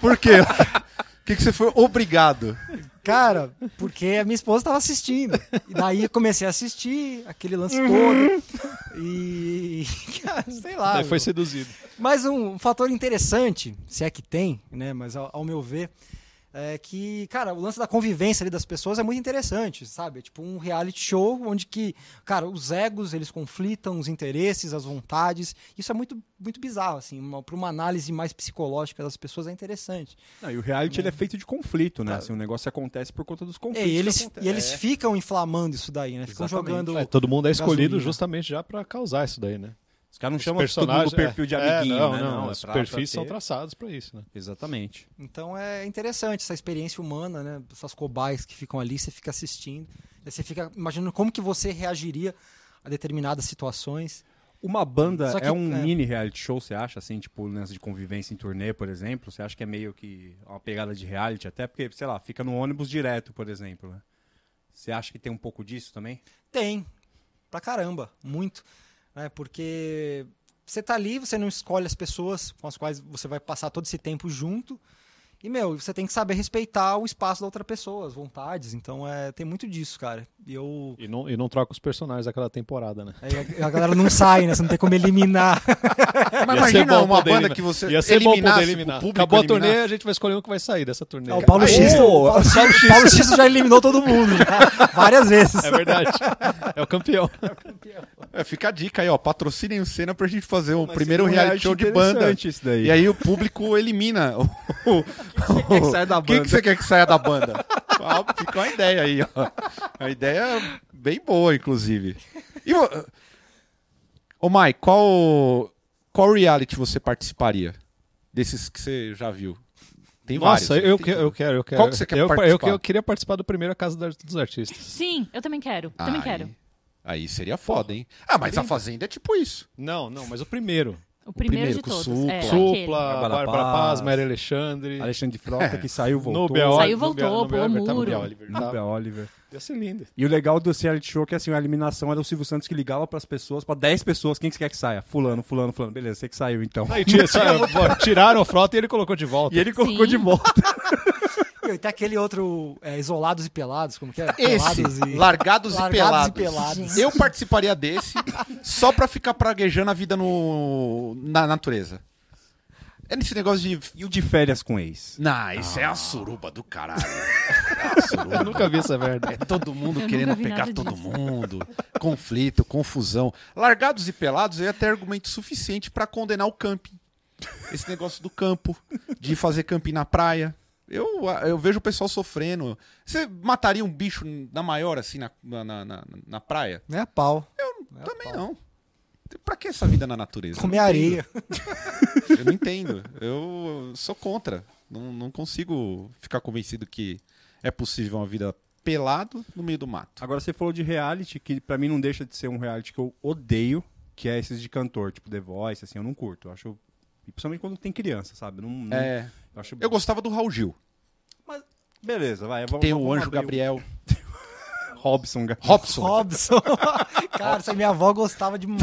Por quê? O que, que você foi obrigado? Cara, porque a minha esposa estava assistindo. E daí eu comecei a assistir aquele lance Uhum. todo. E. Cara, sei lá. Daí foi meu. seduzido. Mas um fator interessante, se é que tem, né? Mas ao, ao meu ver, é que, cara, o lance da convivência ali das pessoas é muito interessante, sabe? É Tipo um reality show onde que, cara, os egos, eles conflitam, os interesses, as vontades. Isso é muito, muito bizarro, assim. Para uma análise mais psicológica das pessoas é interessante. Não, e o reality ele é feito de conflito, né? Assim, o negócio acontece por conta dos É, conflitos. e que eles, aconte- e eles ficam inflamando isso daí, né? Ficam Exatamente. jogando. É, todo mundo é escolhido Gasolina. justamente já pra causar isso daí, né? Os caras não Os chamam todo mundo personagens- perfil de é, é, amiguinho, não, né? Não, é os pra- perfis pra são ter- traçados pra isso, né? Exatamente. Então é interessante essa experiência humana, né? Essas cobaias que ficam ali, você fica assistindo, aí você fica imaginando como que você reagiria a determinadas situações. Uma banda Só que, é um é. mini reality show, você acha, assim, tipo, lance de convivência em turnê, por exemplo? Você acha que é meio que uma pegada de reality, até porque, sei lá, fica no ônibus direto, por exemplo, né? Você acha que tem um pouco disso também? Tem, pra caramba, muito, né? Porque você tá ali, você não escolhe as pessoas com as quais você vai passar todo esse tempo junto. E, meu, você tem que saber respeitar o espaço da outra pessoa, as vontades. Então, é, tem muito disso, cara. E eu... E não, e não troca os personagens daquela temporada, né? aí A a galera não sai, né? Você não tem como eliminar. Mas É, Ia ser imagina bom uma banda poder eliminar. que você Ia ser bom poder eliminasse, eliminar. o público Acabou a eliminar. turnê, a gente vai escolher É o que vai sair dessa turnê. Ah, o Paulo Aí- Xisto, o Paulo Xisto, Paulo Xisto já eliminou todo mundo, já, várias vezes. É verdade. É o campeão. É, fica a dica aí, ó. Patrocinem o Senna pra gente fazer o Mas primeiro seria um reality show de banda. interessante Isso daí. E aí o público elimina. o- o- quer que saia da Quem que banda? você quer que saia da banda? Ah, Fica uma ideia aí, ó. A ideia bem boa, inclusive. E, vo- ô, Mai, qual, qual reality você participaria? Desses que você já viu? Tem vários. Nossa, né? eu, Tem que- eu tudo. quero, eu quero. Qual que você quer eu, eu, participar? eu queria participar do primeiro A Casa da- dos Artistas. Sim, eu também quero. Também Aí- quero. Aí seria foda, hein? Ah, mas a Fazenda é tipo isso. Não, não, mas o primeiro. O primeiro, primeiro de com todos. supla. é, aquele. Supla, Bárbara Bárbara Paz, Paz, Maria Alexandre. Alexandre de É. Frota, que saiu, voltou. Nubia Oli- Saiu, voltou, Nubia- Nubia pulou Oliver, tá? Nubia muro. Oliver, tá? Nubia Oliver. Ia ser lindo. E o legal do reality show é que assim, a eliminação era o Silvio Santos que ligava pras pessoas, pra 10 pessoas, quem que você quer que saia? Fulano, fulano, fulano. Beleza, você que saiu então. Aí tira- só- tiraram o frota e ele colocou de volta. E ele colocou Sim. de volta. E até aquele outro, é, Isolados e Pelados, como que é? Esse, Pelados e... largados, e Largados pelados. e Pelados. Eu participaria desse só pra ficar praguejando a vida no, na natureza. É nesse negócio de. E o de férias com ex. Não, isso é a suruba do caralho. Eu nunca vi essa merda. É todo mundo Eu querendo nunca vi pegar nada todo disso. mundo. Conflito, confusão. Largados e pelados é até argumento suficiente pra condenar o camping. Esse negócio do campo, de fazer camping na praia. Eu, eu vejo o pessoal sofrendo. Você mataria um bicho na maior, assim, na, na, na, na- na praia? Não é pau, Também não. Pra que essa vida na natureza? comer areia. Eu não entendo. Eu sou contra. Não, não consigo ficar convencido que é possível uma vida pelado no meio do mato. Agora você falou de reality, que pra mim não deixa de ser um reality que eu odeio, que é esses de cantor, tipo The Voice, assim, eu não curto. Eu acho. e Principalmente quando tem criança, sabe? Não, não- É, eu acho. eu gostava do Raul Gil. Beleza, vai. vamos- Tem o vamos Anjo abrir Gabriel. Robson Gabriel. Robson. Robson. Cara, essa minha avó gostava demais.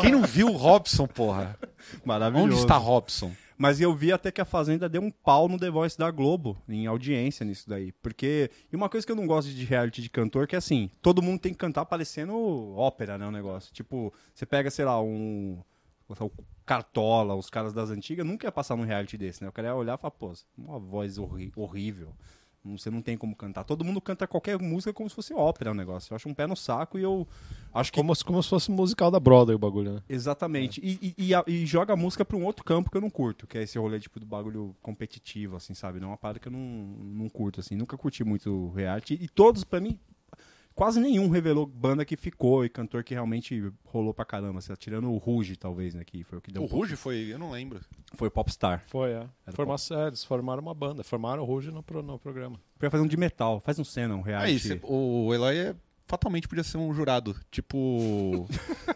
Quem não viu o Robson, porra? Maravilhoso. Onde está Robson? Mas eu vi até que a Fazenda deu um pau no The Voice da Globo, em audiência nisso daí. Porque. E uma coisa que eu não gosto de reality de cantor, que é assim, todo mundo tem que cantar parecendo ópera, né? O negócio. Tipo, você pega, sei lá, um. O Cartola, os caras das antigas, nunca ia passar num reality desse, né? O cara ia olhar e falar, pô, uma voz horri- horrível. Não- Você não tem como cantar. Todo mundo canta qualquer música como se fosse ópera o negócio. Eu acho um pé no saco e eu acho que Como, se- como se fosse um musical da Broadway o bagulho, né? Exatamente. E, e- e a- e joga a música pra um outro campo que eu não curto, que é esse rolê tipo do bagulho competitivo, assim, sabe? Não é uma parada que eu não, não curto, assim. Nunca curti muito reality. E todos, pra mim, quase nenhum revelou banda que ficou e cantor que realmente rolou pra caramba. Assim, tirando o Ruge, talvez, né? Que foi o que deu. O Ruge foi, eu não lembro. Foi o Popstar. Foi, é. Era Forma- é, eles formaram uma banda, formaram o Rouge no, pro- no programa. Foi fazer um de metal. Faz um cena, um reality. Aí, cê- o Eloy é- fatalmente podia ser um jurado, tipo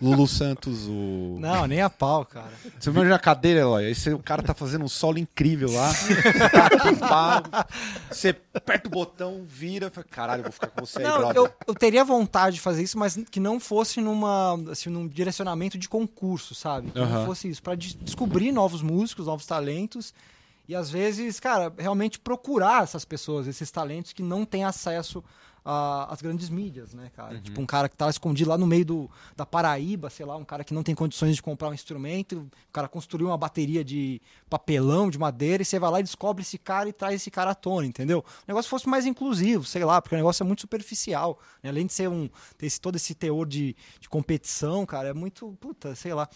Lulu Santos, o... Não, nem a pau, cara. Você vai na cadeira, Eloy, aí você- o cara tá fazendo um solo incrível lá, você tá com o pau, você aperta o botão, vira, fala, caralho, eu vou ficar com você aí, Não, brother. eu, eu teria vontade de fazer isso, mas que não fosse numa, assim, num direcionamento de concurso, sabe? Que não Aham. fosse isso. Pra de- descobrir novos músicos, novos talentos. E às vezes, cara, realmente procurar essas pessoas, esses talentos que não têm acesso a- às grandes mídias, né, cara? Uhum. Tipo, um cara que tá escondido lá no meio do, da Paraíba, sei lá, um cara que não tem condições de comprar um instrumento, o cara construiu uma bateria de papelão, de madeira, e você vai lá e descobre esse cara e traz esse cara à tona, entendeu? O negócio fosse mais inclusivo, sei lá, porque o negócio é muito superficial, né? Além de ser um, ter esse, todo esse teor de, de competição, cara, é muito, puta, sei lá.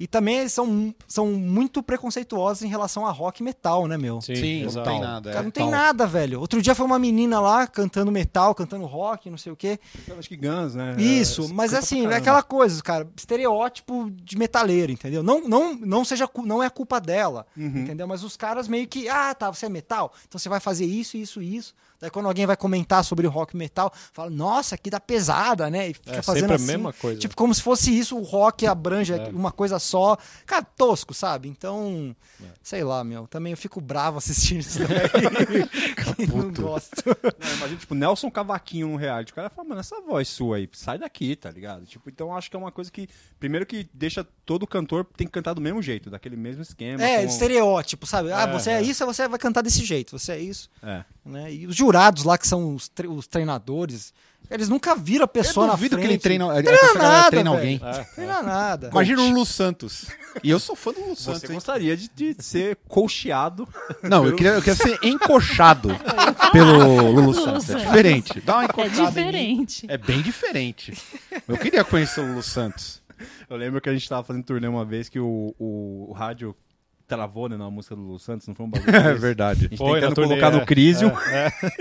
E também eles são, são muito preconceituosos em relação a rock e metal, né, meu? Sim, não exato. tem nada. é. Cara, não tem nada, velho. Outro dia foi uma menina lá cantando metal, cantando rock, não sei o quê. Eu Acho que Guns, né? Isso, É, mas canta pra assim, é caramba. aquela coisa, cara, estereótipo de metaleiro, entendeu? Não, não, não seja cu- não é culpa dela, entendeu? Mas os caras meio que, ah, tá, você é metal, então você vai fazer isso, isso, isso. Daí quando alguém vai comentar sobre o rock e metal, fala, nossa, que dá pesada, né? E fica É, fazendo sempre a assim, mesma coisa. É. Tipo, como se fosse isso, o rock abrange uma coisa só. Cara, tosco, sabe? Então, É. sei lá, meu, também eu fico bravo assistindo isso daí. não gosto. Não, imagina, tipo, Nelson Cavaquinho no reality. O cara fala, mano, essa voz sua aí, sai daqui, tá ligado? Tipo, então acho que é uma coisa que, primeiro que deixa todo cantor tem que cantar do mesmo jeito, daquele mesmo esquema. É, com- estereótipo, sabe? Ah, você é, isso, você vai cantar desse jeito, você é isso. É. né? E os jurados lá, que são os, tre- os treinadores, eles nunca viram a pessoa eu na duvido frente. que ele treina, é, essa Treina galera nada, treina velho. alguém. É. Treina nada. Imagina o Lulu Santos. E eu sou fã do Lulu Você Santos, hein? gostaria de, de ser cocheado. Não, eu queria, eu queria ser encoxado pelo Lulu Santos. É Santos. diferente. Dá uma É encoxada em mim. diferente. É bem diferente. Eu queria conhecer o Lulu Santos. Eu lembro que a gente tava fazendo turnê uma vez que o, o, o rádio travou, né, na música do Lu Santos, não foi um bagulho É desse? verdade. A gente Foi, tentando na turnê, colocar é. no Crísio,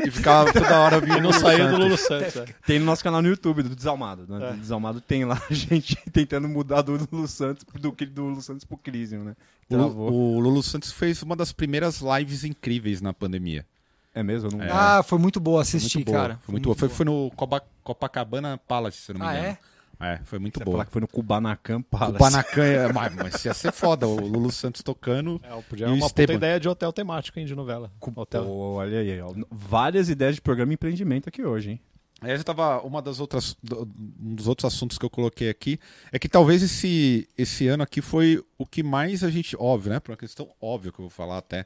E ficava toda hora vindo. E não saía do Lulu Santos. é. tem no nosso canal no YouTube, do Desalmado. Né? É. Do Desalmado tem lá a gente tentando mudar do Lu Santos, do, do Lu Santos pro Crísio, né? O, Travou. o Lulu Santos fez uma das primeiras lives incríveis na pandemia. É mesmo? Eu não... Ah, foi muito boa Foi muito assistir, boa. cara. Foi muito boa. Foi, foi no Copa- Copacabana Palace, se eu não me Ah, engano. É, foi muito Você ia falar boa. que foi no Kubanacan Palace. O Banacan, é- mas, mas ia ser foda, o Lulu Santos tocando. É, podia E o uma puta Esteban? ideia de hotel temático, hein, de novela. Hotel. Pô, olha aí, ó. várias ideias de programa e empreendimento aqui hoje, hein? Aí eu tava. Uma das outras. do- Um dos outros assuntos que eu coloquei aqui é que talvez esse, esse ano aqui foi o que mais a gente. Óbvio, né? Por uma questão óbvia que eu vou falar até.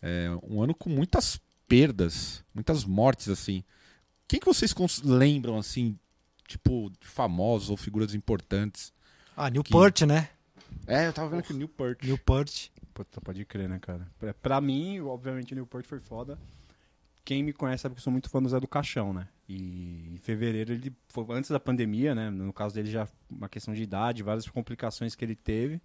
É um ano com muitas perdas, muitas mortes, assim. Quem que vocês cons- lembram, assim, tipo, de famosos ou figuras importantes? Ah, New Que- Newport, né? É, eu tava vendo aqui o Newport. Newport. Puta, pode crer, né, cara? Pra, pra mim, obviamente, Newport foi foda. Quem me conhece sabe que eu sou muito fã do Zé do Caixão, né? E em fevereiro ele foi antes da pandemia, né? No caso dele já uma questão de idade, várias complicações que ele teve.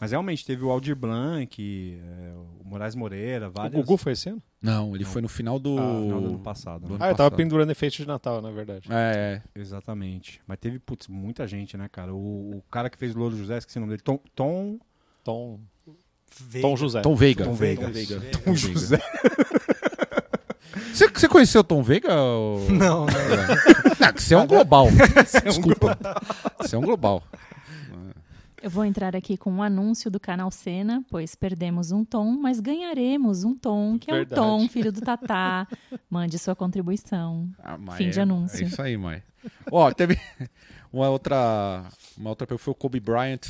Mas realmente teve o Aldir Blanc, é, o Moraes Moreira, O várias. Gugu foi esse ano? Não, ele foi no final do. Ah, final do ano passado. do né? ano Ah, eu tava passado. pendurando efeito de Natal, na verdade. É, é. Exatamente. Mas teve, putz, muita gente, né, cara? O, o cara que fez o Louro José, esqueci o nome dele. Tom. Tom, Tom, Veiga. Tom José. é. Tom Veiga. Tom Veiga. Tom José. Você, você conheceu o Tom Veiga? ô- Não, não. Não, que você é um global. Desculpa. Você é um global. Eu vou entrar aqui com um anúncio do canal Cena, pois perdemos um tom, mas ganharemos um tom, que Verdade. é o tom, filho do Tatá. Mande sua contribuição. Ah, mas Fim de é- anúncio. É isso aí, mãe. Ó, teve uma outra. Uma outra pessoa foi o Kobe Bryant.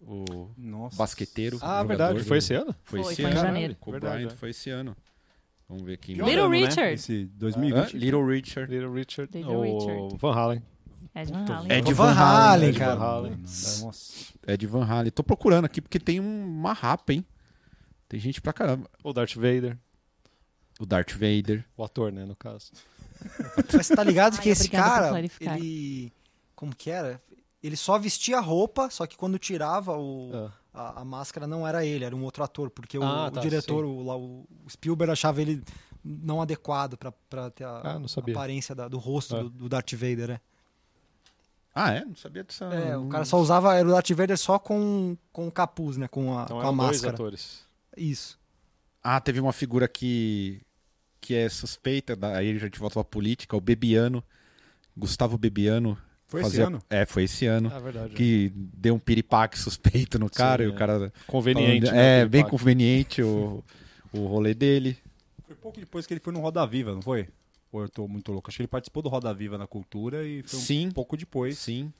o Nossa. basqueteiro. Ah, jogador. né? verdade. Foi esse ano? Foi, Foi, esse foi em ano. janeiro. Kobe Verdade, Bryant é. foi esse ano. Vamos ver aqui. Little né? Richard. Esse Hã? 2020. Little Richard. Little Richard. Little o Richard. Van Halen. É de Van Halen. É de Van Halen, Halen, é cara. Van Halen. Nossa. É de Van Halen. Tô procurando aqui porque tem um- uma rapa, hein? Tem gente pra caramba. O Darth Vader. O Darth Vader. O ator, né, no caso. Mas você tá ligado que Ai, esse obrigada por cara, clarificar. ele. Como que era? Ele só vestia roupa, só que quando tirava o, Ah. a, a máscara não era ele, era um outro ator, porque o, Ah, o tá, diretor, o, lá, o Spielberg, achava ele não adequado pra, pra ter a Ah, não sabia. aparência da- do rosto Ah. do, do Darth Vader, né? Ah, é? Não sabia dessa. É, o Hum. não- cara só usava, era o Darth Vader só com, com o capuz, né? Com a, Então com a eram dois máscara. atores. Isso. Ah, teve uma figura que, que é suspeita, da- aí a gente volta pra política, o Bebiano, Gustavo Bebiano. Foi esse ano? É, foi esse ano. Ah, verdade. que deu um piripaque suspeito no cara, Sim, e o é. cara... Conveniente. falando- né, é, aquele bem papo. conveniente o, o rolê dele. Foi pouco depois que ele foi no Roda Viva, não foi? Ou eu tô muito louco? Acho que ele participou do Roda Viva na cultura e foi um Sim. pouco depois Sim.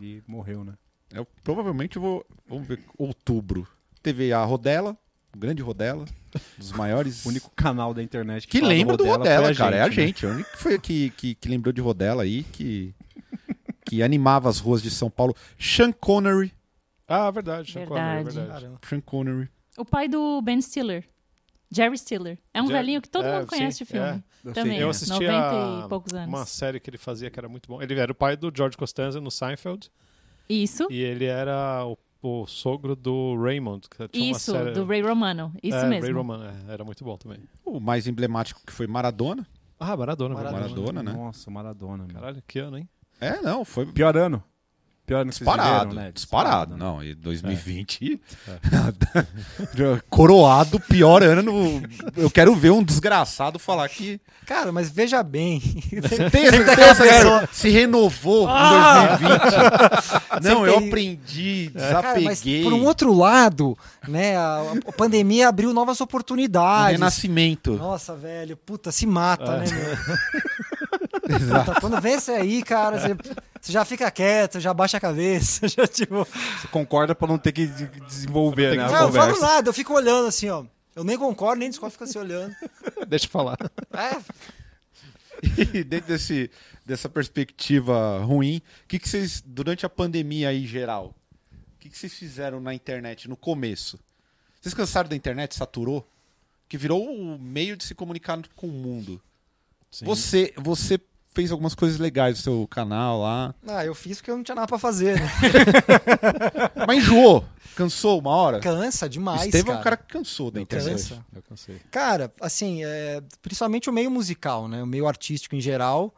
e morreu, né? Eu, provavelmente eu vou... Vamos ver, outubro. Teve a Rodela, o grande Rodela, um dos maiores... O único canal da internet que, Que fala lembra do Rodela Rodela, foi cara. é a né? gente. O único que foi que, que, que lembrou de Rodela aí, que, que animava as ruas de São Paulo. Sean Connery. Ah, verdade. Sean Connery, Verdade. verdade. Caramba. Sean Connery. O pai do Ben Stiller. Jerry Stiller. É um Jerry- velhinho que todo é, mundo conhece sim, de filme. Eu sei Também. quem é. Eu assisti 90 a- e poucos anos. Uma série que ele fazia que era muito bom. Ele era o pai do George Costanza no Seinfeld. Isso. E ele era o, o sogro do Raymond. Que tinha Isso, uma série... do Ray Romano. Isso é, mesmo. Ray Romano. é, era muito bom também. O mais emblemático que foi Maradona. Ah, Maradona. Maradona. Maradona. Maradona, né? Nossa, Maradona. meu. Caralho, que ano, hein? É, não, foi Pior ano. Pior ano que vocês disparado. viveram, né? Disparado. Não, e 2020. Coroado, pior ano. Eu quero ver um desgraçado falar que. Cara, mas veja bem. Tem certeza, cara, se renovou em 2020. Não, eu tem- aprendi, Cara, mas desapeguei. por um outro lado, né, a, a pandemia abriu novas Um oportunidades. renascimento. Nossa, velho, puta, se É. mata, né, meu? Puta, quando vem isso aí, cara, você, você já fica quieto, já baixa a cabeça, já tipo. Você concorda pra não ter que de- desenvolver, né? É Não, A eu não falo conversa. nada, eu fico olhando assim, ó. Eu nem concordo, nem discordo, fico assim olhando. Deixa eu falar. É, E dentro desse, dessa perspectiva ruim, o que, que vocês, durante a pandemia aí geral, o que, que vocês fizeram na internet no começo? Vocês cansaram da internet? Saturou? Que virou o meio de se comunicar com o mundo. Você, você fez algumas coisas legais no seu canal lá, ah, eu fiz porque eu não tinha nada pra fazer, né? mas enjoou, cansou uma hora? Cansa demais, Esteve é cara. um cara que cansou da internet. Cansa. Eu cansei. Cara, assim, é, principalmente o meio musical, né? O meio artístico em geral.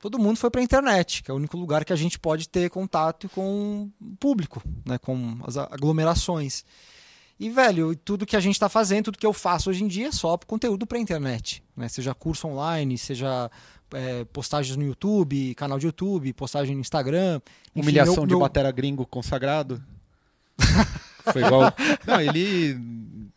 Todo mundo foi pra internet, que é o único lugar que a gente pode ter contato com o público, né? Com as a- aglomerações. E, velho, tudo que a gente tá fazendo, tudo que eu faço hoje em dia é só conteúdo pra internet, né? Seja curso online, seja é, postagens no YouTube, canal de YouTube, postagem no Instagram. Enfim, Humilhação meu- de meu- batera gringo consagrado. Foi igual. Não, ele.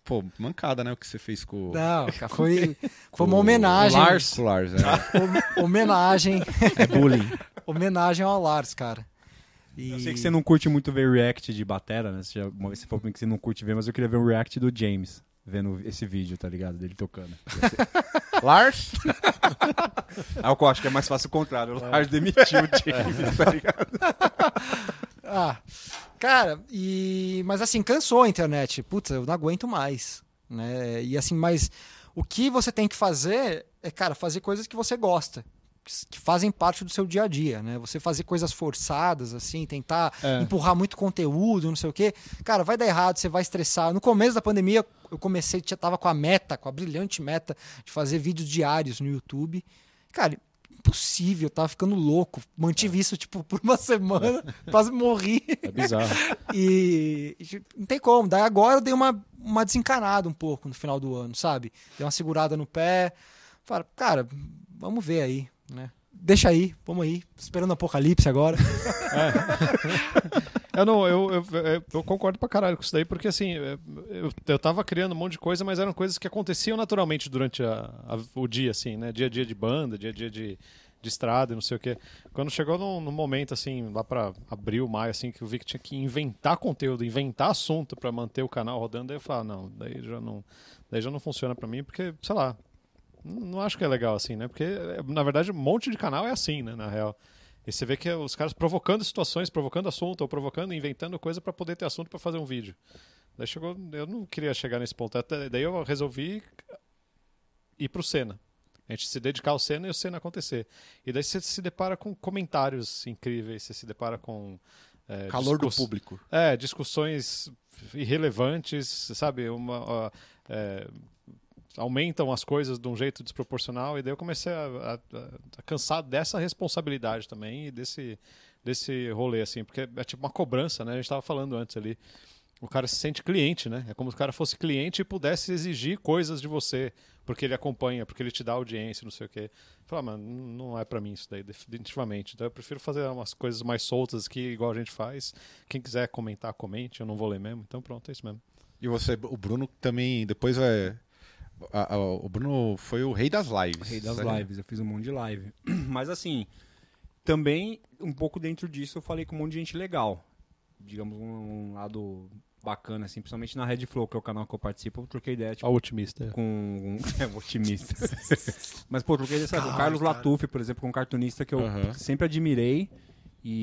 Pô, mancada, né? O que você fez com. o- Não, cara, foi, foi uma com o homenagem. Lars. Com o Lars, é. Hom- Homenagem. É bullying. Homenagem ao Lars, cara. E- Eu sei que você não curte muito ver react de batera, né? Você já, uma vez você falou pra mim que você não curte ver, mas eu queria ver o react do James vendo esse vídeo, tá ligado? Dele tocando. Lars? Ah, eu acho que é mais fácil o contrário. O Lars demitiu o James, tá ligado? Ah, cara, e... Mas assim, cansou a internet. Putz, eu não aguento mais, né? E assim, mas o que você tem que fazer é, cara, fazer coisas que você gosta. que s- Que fazem parte do seu dia a dia, né? Você fazer coisas forçadas, assim, tentar É. empurrar muito conteúdo, não sei o quê. Cara, vai dar errado, você vai estressar. No começo da pandemia, eu comecei, já tava com a meta, com a brilhante meta de fazer vídeos diários no YouTube. Cara, impossível, eu tava ficando louco. É. Mantive isso, tipo, por uma semana, quase morri. É bizarro. E e, tipo, não tem como. Daí agora eu dei uma, uma desencanada um pouco no final do ano, sabe? Dei uma segurada no pé. Fala, cara, vamos ver aí, né? Deixa aí, vamos aí. Esperando o apocalipse agora. Eu É, não, eu, eu, eu- eu concordo pra caralho com isso daí, porque assim, eu, eu tava criando um monte de coisa, mas eram coisas que aconteciam naturalmente durante a- a- o dia, assim, né? Dia a dia de banda, dia a dia de, de estrada e não sei o quê. Quando chegou num, num momento, assim, lá pra abril, maio, assim, que eu vi que tinha que inventar conteúdo, inventar assunto pra manter o canal rodando, aí eu falei, ah, não, daí já não, daí já não funciona pra mim, porque, sei lá, n- não acho que é legal assim, né? Porque, é, na verdade, um monte de canal é assim, né, na real. E você vê que é os caras provocando situações, provocando assunto, ou provocando, inventando coisa pra poder ter assunto pra fazer um vídeo. Daí chegou, eu não queria chegar nesse ponto. Até, daí eu resolvi ir pro Senna. A gente se dedicar ao Senna e o Senna acontecer. E daí você se depara com comentários incríveis, você se depara com. é, Calor do discurso- público. é, discussões irrelevantes, sabe? Uma, ó, é, aumentam as coisas de um jeito desproporcional. E daí eu comecei a, a- a- a cansar dessa responsabilidade também e desse, desse rolê, assim. Porque é tipo uma cobrança, né? A gente tava falando antes ali. O cara se sente cliente, né? É como se o cara fosse cliente e pudesse exigir coisas de você, porque ele acompanha, porque ele te dá audiência, não sei o quê. Fala, mano, não é pra mim isso daí, definitivamente. Então eu prefiro fazer umas coisas mais soltas aqui, igual a gente faz. Quem quiser comentar, comente. Eu não vou ler mesmo. Então pronto, é isso mesmo. E você, o Bruno também, depois é. a- a- o Bruno foi o rei das lives. Rei das sabe? lives, eu fiz um monte de live. Mas assim, também, um pouco dentro disso, eu falei com um monte de gente legal. Digamos, um, um lado bacana, assim, principalmente na Red Flow, que é o canal que eu participo, eu troquei ideia, tipo, A otimista. com... É, um otimista. Mas, pô, eu troquei ideia, sabe, com o Carlos Latuf, por exemplo, que é um cartunista que eu Aham. sempre admirei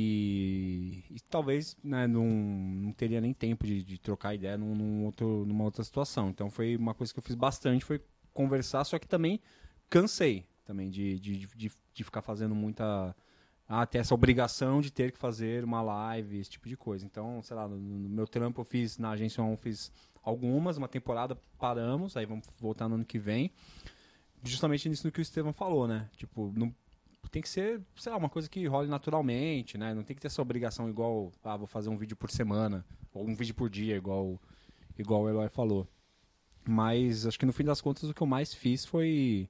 e, e talvez, né, não, não teria nem tempo de, de trocar ideia num, num outro, numa outra situação. Então, foi uma coisa que eu fiz bastante, foi conversar, só que também cansei também de, de, de, de ficar fazendo muita. Ah, ter essa obrigação de ter que fazer uma live, esse tipo de coisa. Então, sei lá, no, no meu trampo eu fiz, na agência eu fiz algumas, uma temporada paramos, aí vamos voltar no ano que vem. Justamente nisso no que o Estevão falou, né? Tipo, não, tem que ser, sei lá, uma coisa que role naturalmente, né? Não tem que ter essa obrigação igual, ah, vou fazer um vídeo por semana, ou um vídeo por dia, igual, igual o Eloy falou. Mas acho que no fim das contas o que eu mais fiz foi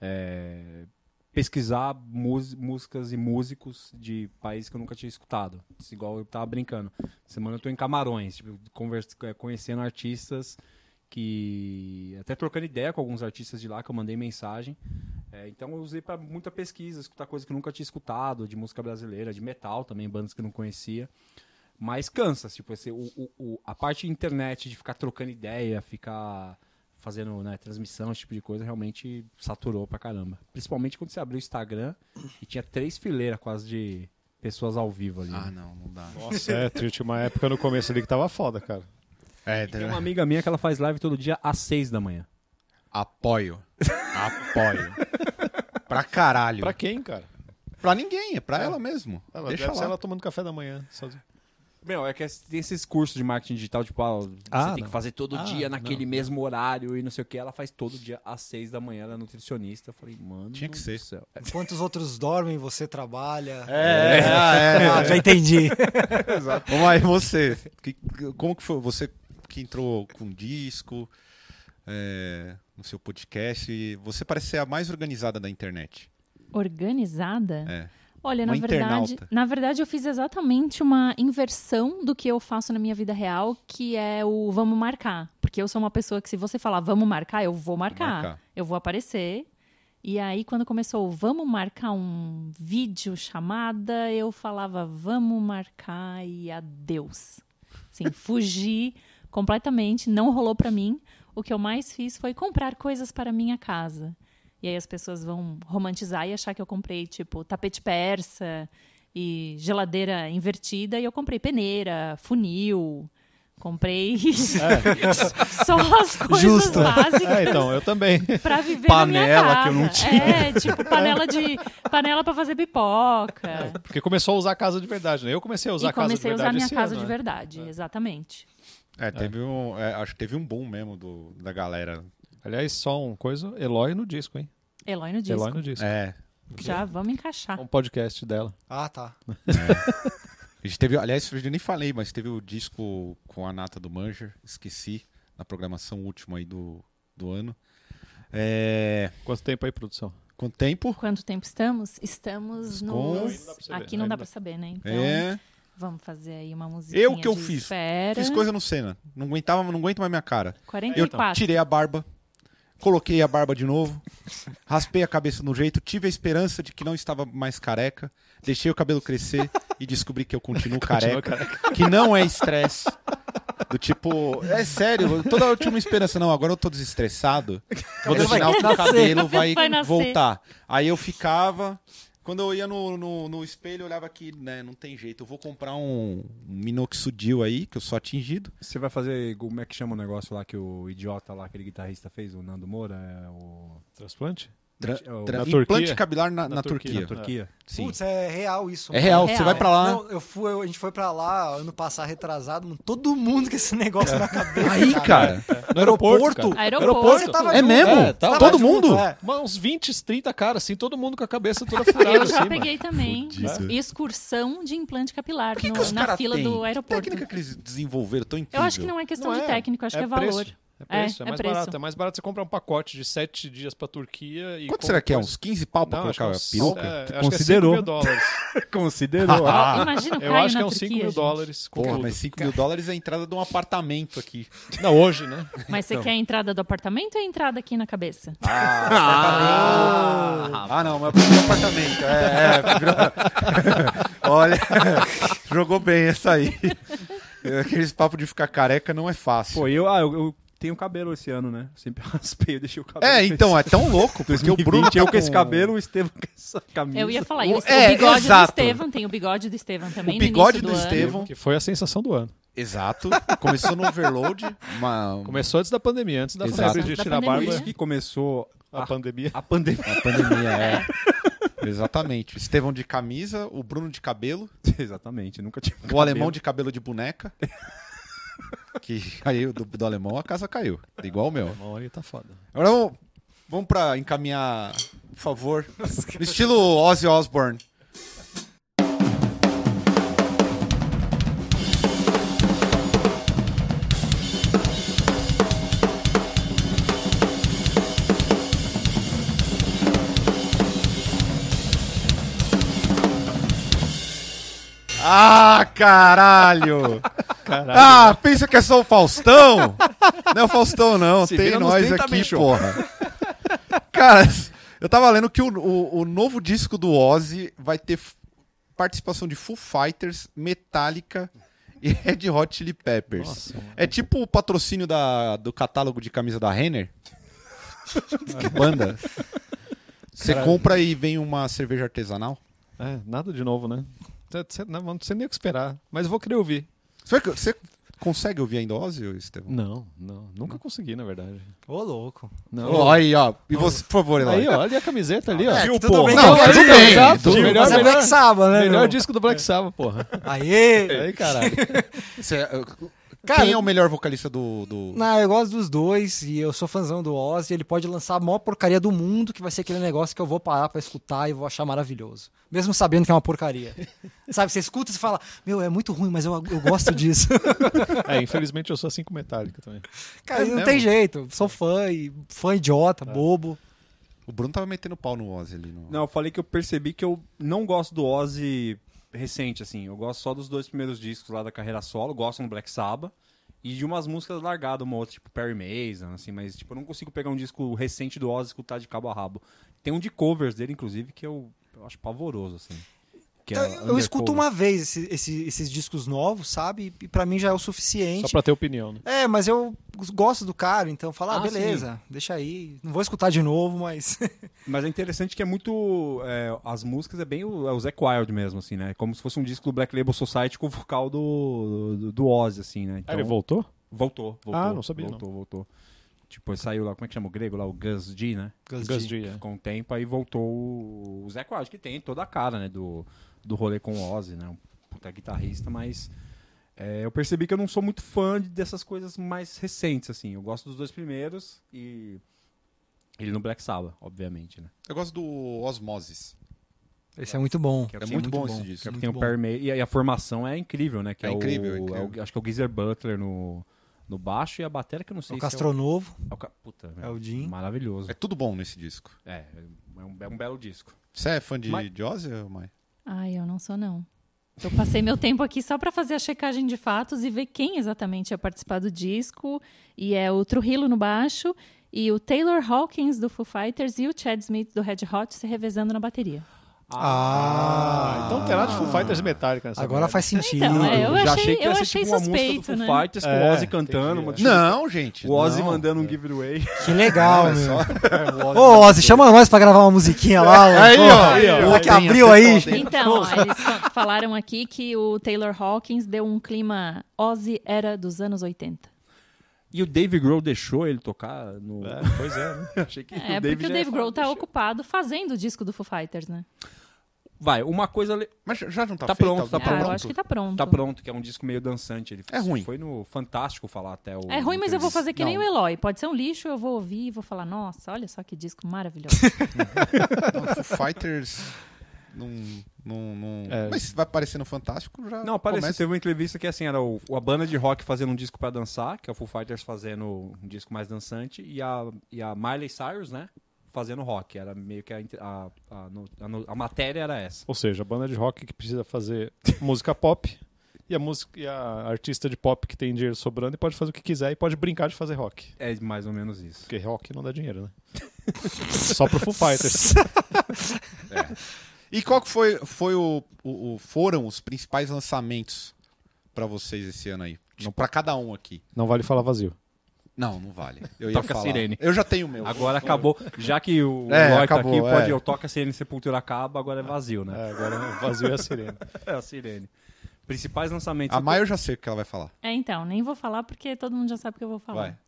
é, pesquisar mus- músicas e músicos de países que eu nunca tinha escutado. Isso igual eu tava brincando. Semana eu tô em Camarões, tipo, conversa- é, conhecendo artistas que. Até trocando ideia com alguns artistas de lá que eu mandei mensagem. É, então eu usei para muita pesquisa, escutar coisa que eu nunca tinha escutado, de música brasileira, de metal também, bandas que eu não conhecia. Mas cansa, tipo, esse, o, o- o- a parte internet de ficar trocando ideia, ficar fazendo né, transmissão, esse tipo de coisa, realmente saturou pra caramba. Principalmente quando você abriu o Instagram e tinha três fileiras quase de pessoas ao vivo ali. né? Ah, não, não dá. Nossa, é, tinha uma época no começo ali que tava foda, cara. É, Tem uma amiga minha que ela faz live todo dia às seis da manhã. Apoio. Apoio. pra caralho. Pra Pra, quem, cara? ninguém, é pra ela mesmo. Ela Deixa deve ser lá. ela tomando café da manhã. sozinha. Meu, é que tem esses cursos de marketing digital, tipo, ah, você Ah, tem não. que fazer todo Ah, dia naquele mesmo horário e não sei o que. Ela faz todo dia às seis da manhã, ela é nutricionista. Eu falei, mano. Tinha que do ser. céu. Enquanto os outros dormem, você trabalha. É, é, é. Ah, já entendi. Vamos aí, você. Que- como que foi? Você que entrou com disco é, no seu podcast, e você parece ser a mais organizada da internet. Organizada? É. Olha, Uma na verdade, internauta. na verdade, eu fiz exatamente uma inversão do que eu faço na minha vida real, que é o vamos marcar. Porque eu sou uma pessoa que, se você falar vamos marcar, eu vou marcar. Marcar. Eu vou aparecer. E aí, quando começou o vamos marcar um vídeo chamada, eu falava vamos marcar e adeus. Assim, fugi completamente, não rolou pra mim. O que eu mais fiz foi comprar coisas para minha casa. E aí as pessoas vão romantizar e achar que eu comprei, tipo, tapete persa e geladeira invertida. E eu comprei peneira, funil, comprei só as coisas Justo. básicas É, então, eu também. pra viver na minha Panela casa. que eu não É, tipo, panela de panela para fazer pipoca. Porque começou a usar a casa de verdade, né? Eu comecei a É, usar E a casa de comecei a verdade usar minha esse casa ano, de né? verdade, exatamente. É, teve um. é, acho que teve um boom mesmo do, da galera. Aliás, só um coisa, Eloy no disco, hein? Eloy no disco. É. Eloy no disco. É. Já vamos encaixar. Um podcast dela. Ah, tá. A gente teve, aliás, eu nem falei, mas teve o disco com a Nata do Manger, esqueci, na programação última aí do, do ano. É, Quanto tempo aí, produção? quanto tempo? Quanto tempo estamos? Estamos Não, aí não dá pra nos. saber. Aqui não Aí dá não pra dá. saber, né? Então, é, vamos fazer aí uma musiquinha. Eu que eu de fiz. Espera. Então. fiz coisa no Senna. Não aguentava, não aguento mais minha cara. Eu 44. tirei a barba. Coloquei a barba de novo, raspei a cabeça no jeito, tive a esperança de que não estava mais careca, deixei o cabelo crescer e descobri que eu continuo careca, que não é estresse. Do tipo, é sério, toda a última esperança, não, agora eu tô desestressado, vou Cabelo vai deixar o nascer. cabelo vai, Vai nascer. voltar. Aí eu ficava, quando eu ia no, no, no espelho, eu olhava que, né, não tem jeito, eu vou comprar um minoxidil aí, que eu sou atingido, Você vai fazer, como é que chama o negócio lá que o idiota lá, aquele guitarrista fez, o Nando Moura, é o... Transplante? Tra- É o- tra- Na implante Turquia? capilar na, na, Na Turquia. Turquia. na Turquia. Sim. Putz, é real isso. é real, você Real. vai pra lá. Não, eu fui, eu- a gente foi pra lá ano passado, retrasado, mano, todo mundo com esse negócio na cabeça. É. Aí, cara. No Aeroporto? aeroporto? Aeroporto. Você tava É junto, mesmo? você É, tava todo junto, mundo? é. Mas uns 20, 30 caras, assim, todo mundo com a cabeça toda Eu furada, já assim, peguei também Fudido. excursão de implante capilar Por que, no- que os na caras fila têm? do Que aeroporto. técnica que eles desenvolveram tão incrível? Eu acho que não é questão de técnico, acho que é valor. Preço. É preço, é, É, é mais preço. barato. É mais barato você comprar um pacote de 7 dias pra Turquia e. Quanto com- será que é? Uns 15 pau pra Não, acho que colocar a é uns- peruca? é, Tu acho que é considerou. 5 mil dólares. Considerou. Ah. Imagina o Eu Caio acho que na é uns 5 Turquia. mil gente. dólares com Porra, tudo. mas 5 mil dólares é a entrada de um apartamento aqui. Não, hoje, né? Mas você quer a entrada do apartamento ou a entrada aqui na cabeça? É Ah, não, mas eu preciso de um apartamento. É, Olha, jogou bem essa aí. é, aqueles papos de ficar careca não é fácil. Pô, eu, ah, eu, eu tenho cabelo esse ano, né? Sempre raspei, eu deixei o cabelo. é, então, é tão louco, porque o Bruno 2020, tá eu com esse com- cabelo, o Estevam com essa camisa. Eu ia falar, e o, É, o bigode exato. do Estevam, tem o bigode do Estevam também. O no bigode do, início ano. Estevão. Que foi a sensação do Hum. ano. Exato. Começou no overload. Uma... Começou antes da pandemia, antes da Exato. Ah, febre de Antes da tirar a Por barba. pandemia. isso que começou A pandemia. a pandemia. A pandemia, é. Exatamente. O Estevão de camisa, o Bruno de cabelo. Exatamente, nunca tinha. O alemão de cabelo de boneca. que caiu do, do alemão, a casa caiu. Igual o meu. Uma hora tá foda. Agora vamos, vamos pra encaminhar, por favor. No estilo Ozzy Osbourne. Ah, caralho! Ah, pensa que é só o Faustão? Não é o Faustão, não. Se Tem vira nos nós 30 aqui, bicho. porra. Cara, eu tava lendo que o, o, o novo disco do Ozzy vai ter f- participação de Foo Fighters, Metallica e Red Hot Chili Peppers. é tipo o patrocínio da, do catálogo de camisa da Renner. Banda. Você compra e vem uma cerveja artesanal? É, nada de novo, né? Cê- cê- Não não sei nem o que esperar, mas eu vou querer ouvir. Será que você consegue ouvir ainda Ozzy, Estevão? Não, não. Nunca consegui, na verdade. Ô, louco. Não. Ó, aí, ó. E você, por favor, Eloy. Aí, ó, olha a camiseta ali, ó. É, que Viu, tudo porra? bem que Não, é tudo Black bem. Sabbath, Tudo melhor, Mas é melhor. Black Sabbath, né? Melhor meu? disco do Black Sabbath, porra. Aê! Aí, caralho. Cê- Cara, Quem é o melhor vocalista do. do... Não, eu gosto dos dois e eu sou fãzão do Ozzy. Ele pode lançar a maior porcaria do mundo, que vai ser aquele negócio que eu vou parar pra escutar e vou achar maravilhoso. Mesmo sabendo que é uma porcaria. Sabe, você escuta e você fala, meu, é muito ruim, mas eu, eu gosto disso. É, infelizmente eu sou assim com Metallica também. É Cara, não tem jeito. Sou fã e fã idiota, bobo. O Bruno tava metendo pau no Ozzy ali. No... Não, eu falei que eu percebi que eu não gosto do Ozzy recente, assim. Eu gosto só dos dois primeiros discos lá da carreira solo, gosto do Black Sabbath. E de umas músicas largadas, uma outra, tipo Perry Mason, assim, mas tipo, eu não consigo pegar um disco recente do Ozzy e escutar de cabo a rabo. Tem um de covers dele, inclusive, que eu, eu acho pavoroso, assim. que é Então, eu escuto Undercover. uma vez esse- esse- esses discos novos, sabe? E pra mim já é o suficiente. Só pra ter opinião, né? É, mas eu gosto do cara, então fala, ah, Ah, beleza, deixa aí. Não vou escutar de novo, mas. Mas é interessante que é muito. é, as músicas é bem o, é o Zac Wild mesmo, assim, né? Como se fosse um disco do Black Label Society com o vocal do, do, do Ozzy, assim, né? Ah, ele voltou? Voltou, voltou. Ah, não sabia, não. Voltou, voltou. Tipo, ele saiu lá, como é que chama o grego lá? O Gus G, né? Gus G, é. Ficou um tempo, aí voltou o o Zac Wild, que tem toda a cara, né? Do, do rolê com o Ozzy, né? Um puta guitarrista, mas... é, eu percebi que eu não sou muito fã de- dessas coisas mais recentes, assim. Eu gosto dos dois primeiros e... Ele no Black Sabbath, obviamente, né? Eu gosto do Osmosis. Esse é muito bom. Que É muito bom esse disco. tem o bom. Perry May- e a- e a formação é incrível, né? Que É o- incrível, é incrível. o- acho que é o Geezer Butler no, no baixo e a batera que eu não sei o se é Castronovo. É o ca- Puta, É o Jim. Maravilhoso. É tudo bom nesse disco. É, é um, é um belo disco. Você é fã de, Mas- de Ozzy, mãe? Ai, eu não sou, não. Eu passei meu tempo aqui só pra fazer a checagem de fatos e ver quem exatamente ia participar do disco. E é o Trujillo no baixo E o Taylor Hawkins do Foo Fighters e o Chad Smith do Red Hot se revezando na bateria. Ah, Então terá de Foo Fighters e Metallica nessa Agora merda. faz sentido. Então, é, eu Ah, já achei- achei que ia eu ser achei tipo uma suspeito, música do Foo né? Fighters com É, o Ozzy cantando. uma- Não, gente. O Ozzy não. mandando um giveaway. Que legal, meu. O Ozzy- Ô, Ozzy, chama nós pra gravar uma musiquinha lá. Aí, ó. Aí, ó. que abriu aí. Então, ó, eles fa- falaram aqui que o Taylor Hawkins deu um clima Ozzy era dos anos 80. E o Dave Grohl deixou ele tocar no. É, pois é, né? achei que É, o Dave porque já o ia Dave falar, Grohl tá "Deixa eu-". ocupado fazendo o disco do Foo Fighters, né? Vai, uma coisa. le- Mas já não tá, Tá feito, pronto, tá ah, eu acho que tá pronto. Tá pronto, que é um disco meio dançante. Ele É ruim. Foi no Fantástico falar até o. É ruim, mas eu vou fazer que nem o Não, Eloy. Pode ser um lixo, eu vou ouvir e vou falar, nossa, olha só que disco maravilhoso. Foo Tipo, Fighters não. não, não... É. Mas se vai aparecer no Fantástico, já. Não, parece começa. teve uma entrevista que assim, era o, a banda de rock fazendo um disco pra dançar, que é o Foo Fighters fazendo um disco mais dançante, e a, e a Miley Cyrus, né? Fazendo rock. Era meio que a, inte- a, a, no- a no- a matéria era essa. Ou seja, a banda de rock que precisa fazer música pop e a música e a artista de pop que tem dinheiro sobrando e pode fazer o que quiser e pode brincar de fazer rock. É mais ou menos isso. Porque rock não dá dinheiro, né? Só pro Foo Fighters. E qual que foi, foi o, o- o- foram os principais lançamentos pra vocês esse ano aí? Não para cada um aqui. Não vale falar vazio. Não, não vale. Eu ia Toca a falar. sirene. Eu já tenho o meu. Agora acabou. Já que o É, Eloy acabou, tá aqui, pode é. eu toco a sirene Sepultura acaba, agora é vazio, né? É, agora vazio é a sirene. É, a sirene. Principais lançamentos. A Maia eu já sei o que ela vai falar. é, então, nem vou falar porque todo mundo já sabe o que eu vou falar.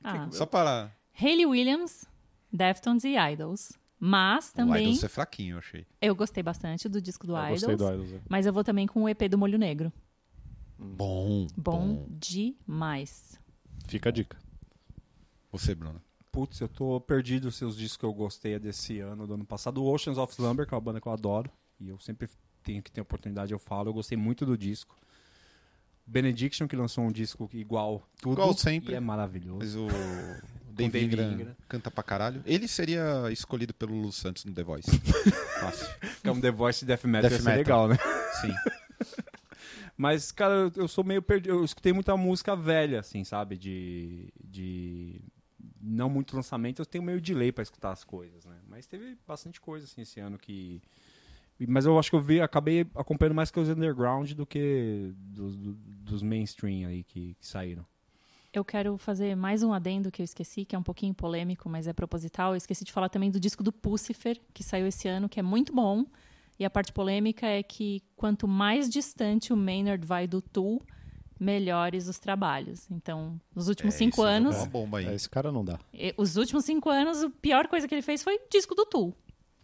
Vai. Ah, Só para. Hayley Williams, Deftones e Idols. Mas O também Idols é fraquinho, eu achei. eu gostei bastante do disco do Eu Idols. gostei do Idols. é. Mas eu vou também com o EP do Molho Negro. Bom. Bom demais. Fica a dica. Você, Bruno. Putz, eu tô perdido se os discos que eu gostei é desse ano, do ano passado. O Oceans of Slumber, que é uma banda que eu adoro. E eu sempre tenho que ter oportunidade, eu falo. Eu gostei muito do disco. Benediction, que lançou um disco igual tudo. Igual sempre. E é maravilhoso. Mas o. o David, David Ingram Ingram. canta pra caralho. Ele seria escolhido pelo Lu Santos no The Voice. Fácil. Que é um The Voice Death Metal, Death ia ser metal. legal, né? Sim. Mas, cara, eu, eu sou meio perdido. Eu escutei muita música velha, assim, sabe? De. de... Não muito lançamento, eu tenho meio delay pra escutar as coisas, né? Mas teve bastante coisa, assim, esse ano que. Mas eu acho que eu vi, acabei acompanhando mais que os underground do que dos, do- dos mainstream aí que, que saíram. Eu quero fazer mais um adendo que eu esqueci, que é um pouquinho polêmico, mas é proposital. Eu esqueci de falar também do disco do Pucifer, que saiu esse ano, que é muito bom. E a parte polêmica é que quanto mais distante o Maynard vai do Tool, melhores os trabalhos. Então, nos É, últimos cinco anos, Uma bomba aí. É, esse cara não dá. eh, os últimos cinco anos, a pior coisa que ele fez foi disco do Tool.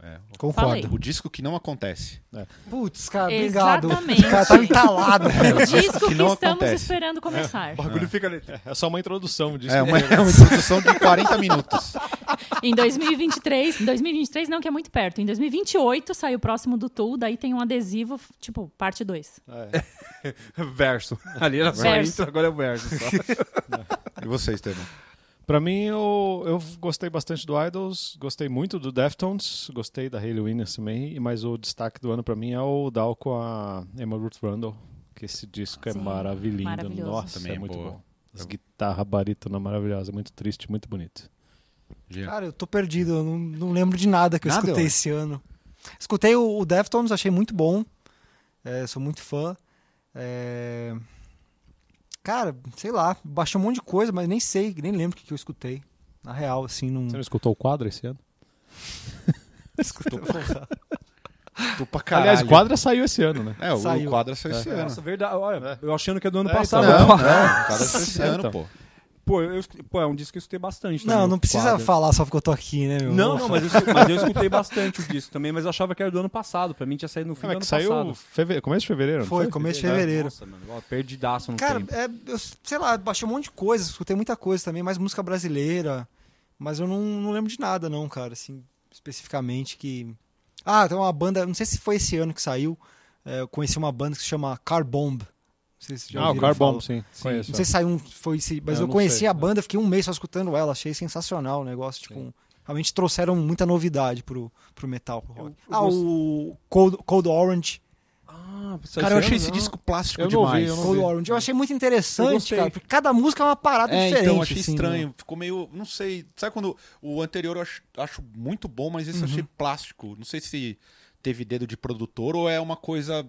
É. Falei. Concordo. O disco que não acontece. Putz, cara, obrigado. Exatamente. O cara tá entalado. É O disco que, não estamos acontece. esperando começar. bagulho fica ali. É só uma introdução disso. É uma, é uma introdução de 40 minutos. Em 2023, em 2023 não, que é muito perto. Em 2028 sai o próximo do Tool, daí tem um adesivo, f- tipo, parte 2. Ah, Verso. Ali era só Verso. isso, agora é o verso. só. E você, Estevam? Pra mim, eu, eu gostei bastante do Idols, gostei muito do Deftones, gostei da Hayley Williams também, e- mas o destaque do ano pra mim é o Dow com a Emma Ruth Randall, que esse disco é Sim, maravilhoso. maravilhoso. Nossa, Também é é muito boa. bom. As guitarras barítonas maravilhosas, é muito triste, muito bonito. Cara, eu tô perdido. Eu não, não lembro de nada que eu É. Nada, escutei ué. esse ano. Escutei o, o Deftones, achei muito bom. É, sou muito fã. É, Cara, sei lá, baixei um monte de coisa, mas nem sei, nem lembro o que, que eu escutei. Na real, assim, não. Você não escutou o quadro esse ano? escutou. Tu pra Aliás, o quadro saiu esse ano, né? É, o Saiu. quadro saiu esse ano. Nossa, verdade. Olha, eu achando que é do ano É, passado. então. Não, não, o quadro saiu esse É, ano, então. pô. Pô, eu, escutei- pô, é um disco que eu escutei bastante. Não, também, não o precisa quadro. falar só porque eu tô aqui, né, meu? Não, não, mas eu, escu- mas eu escutei bastante o disco também, mas eu achava que era do ano passado. Pra mim tinha saído no fim Como do é ano que saiu? passado. Feve... Começo de fevereiro? não Foi, começo de fevereiro. Nossa, mano, ó, perdidaço no Cara, tempo. é, eu, sei lá, baixei um monte de coisa, escutei muita coisa também, mais música brasileira. Mas eu não, não lembro de nada, não, cara, assim, especificamente que. Ah, tem uma banda, não sei se foi esse ano que saiu. é, eu conheci uma banda que se chama Car Bomb. Não sei se vocês já Ah, o ouviram Car falar. Bomb, sim. Sim. Conheço. Não sei se saiu um, foi esse, mas Eu eu, não conheci sei, é. a banda, fiquei um mês só escutando ela, achei sensacional o negócio, tipo, um- realmente trouxeram muita novidade pro, pro metal, pro rock. eu ah, gost- o Cold, Cold Orange, Ah, Ah, Cara, eu achei esse disco plástico Eu não ouvi, demais. eu não Cold Orange. Eu achei muito interessante, gostei. cara, porque cada música é uma Tá parada É, diferente. então, achei assim, né? estranho. Ficou meio. Não sei. Sabe quando. O anterior eu acho, acho muito bom, mas esse eu Uhum. achei plástico. Não sei se teve dedo de produtor ou é uma coisa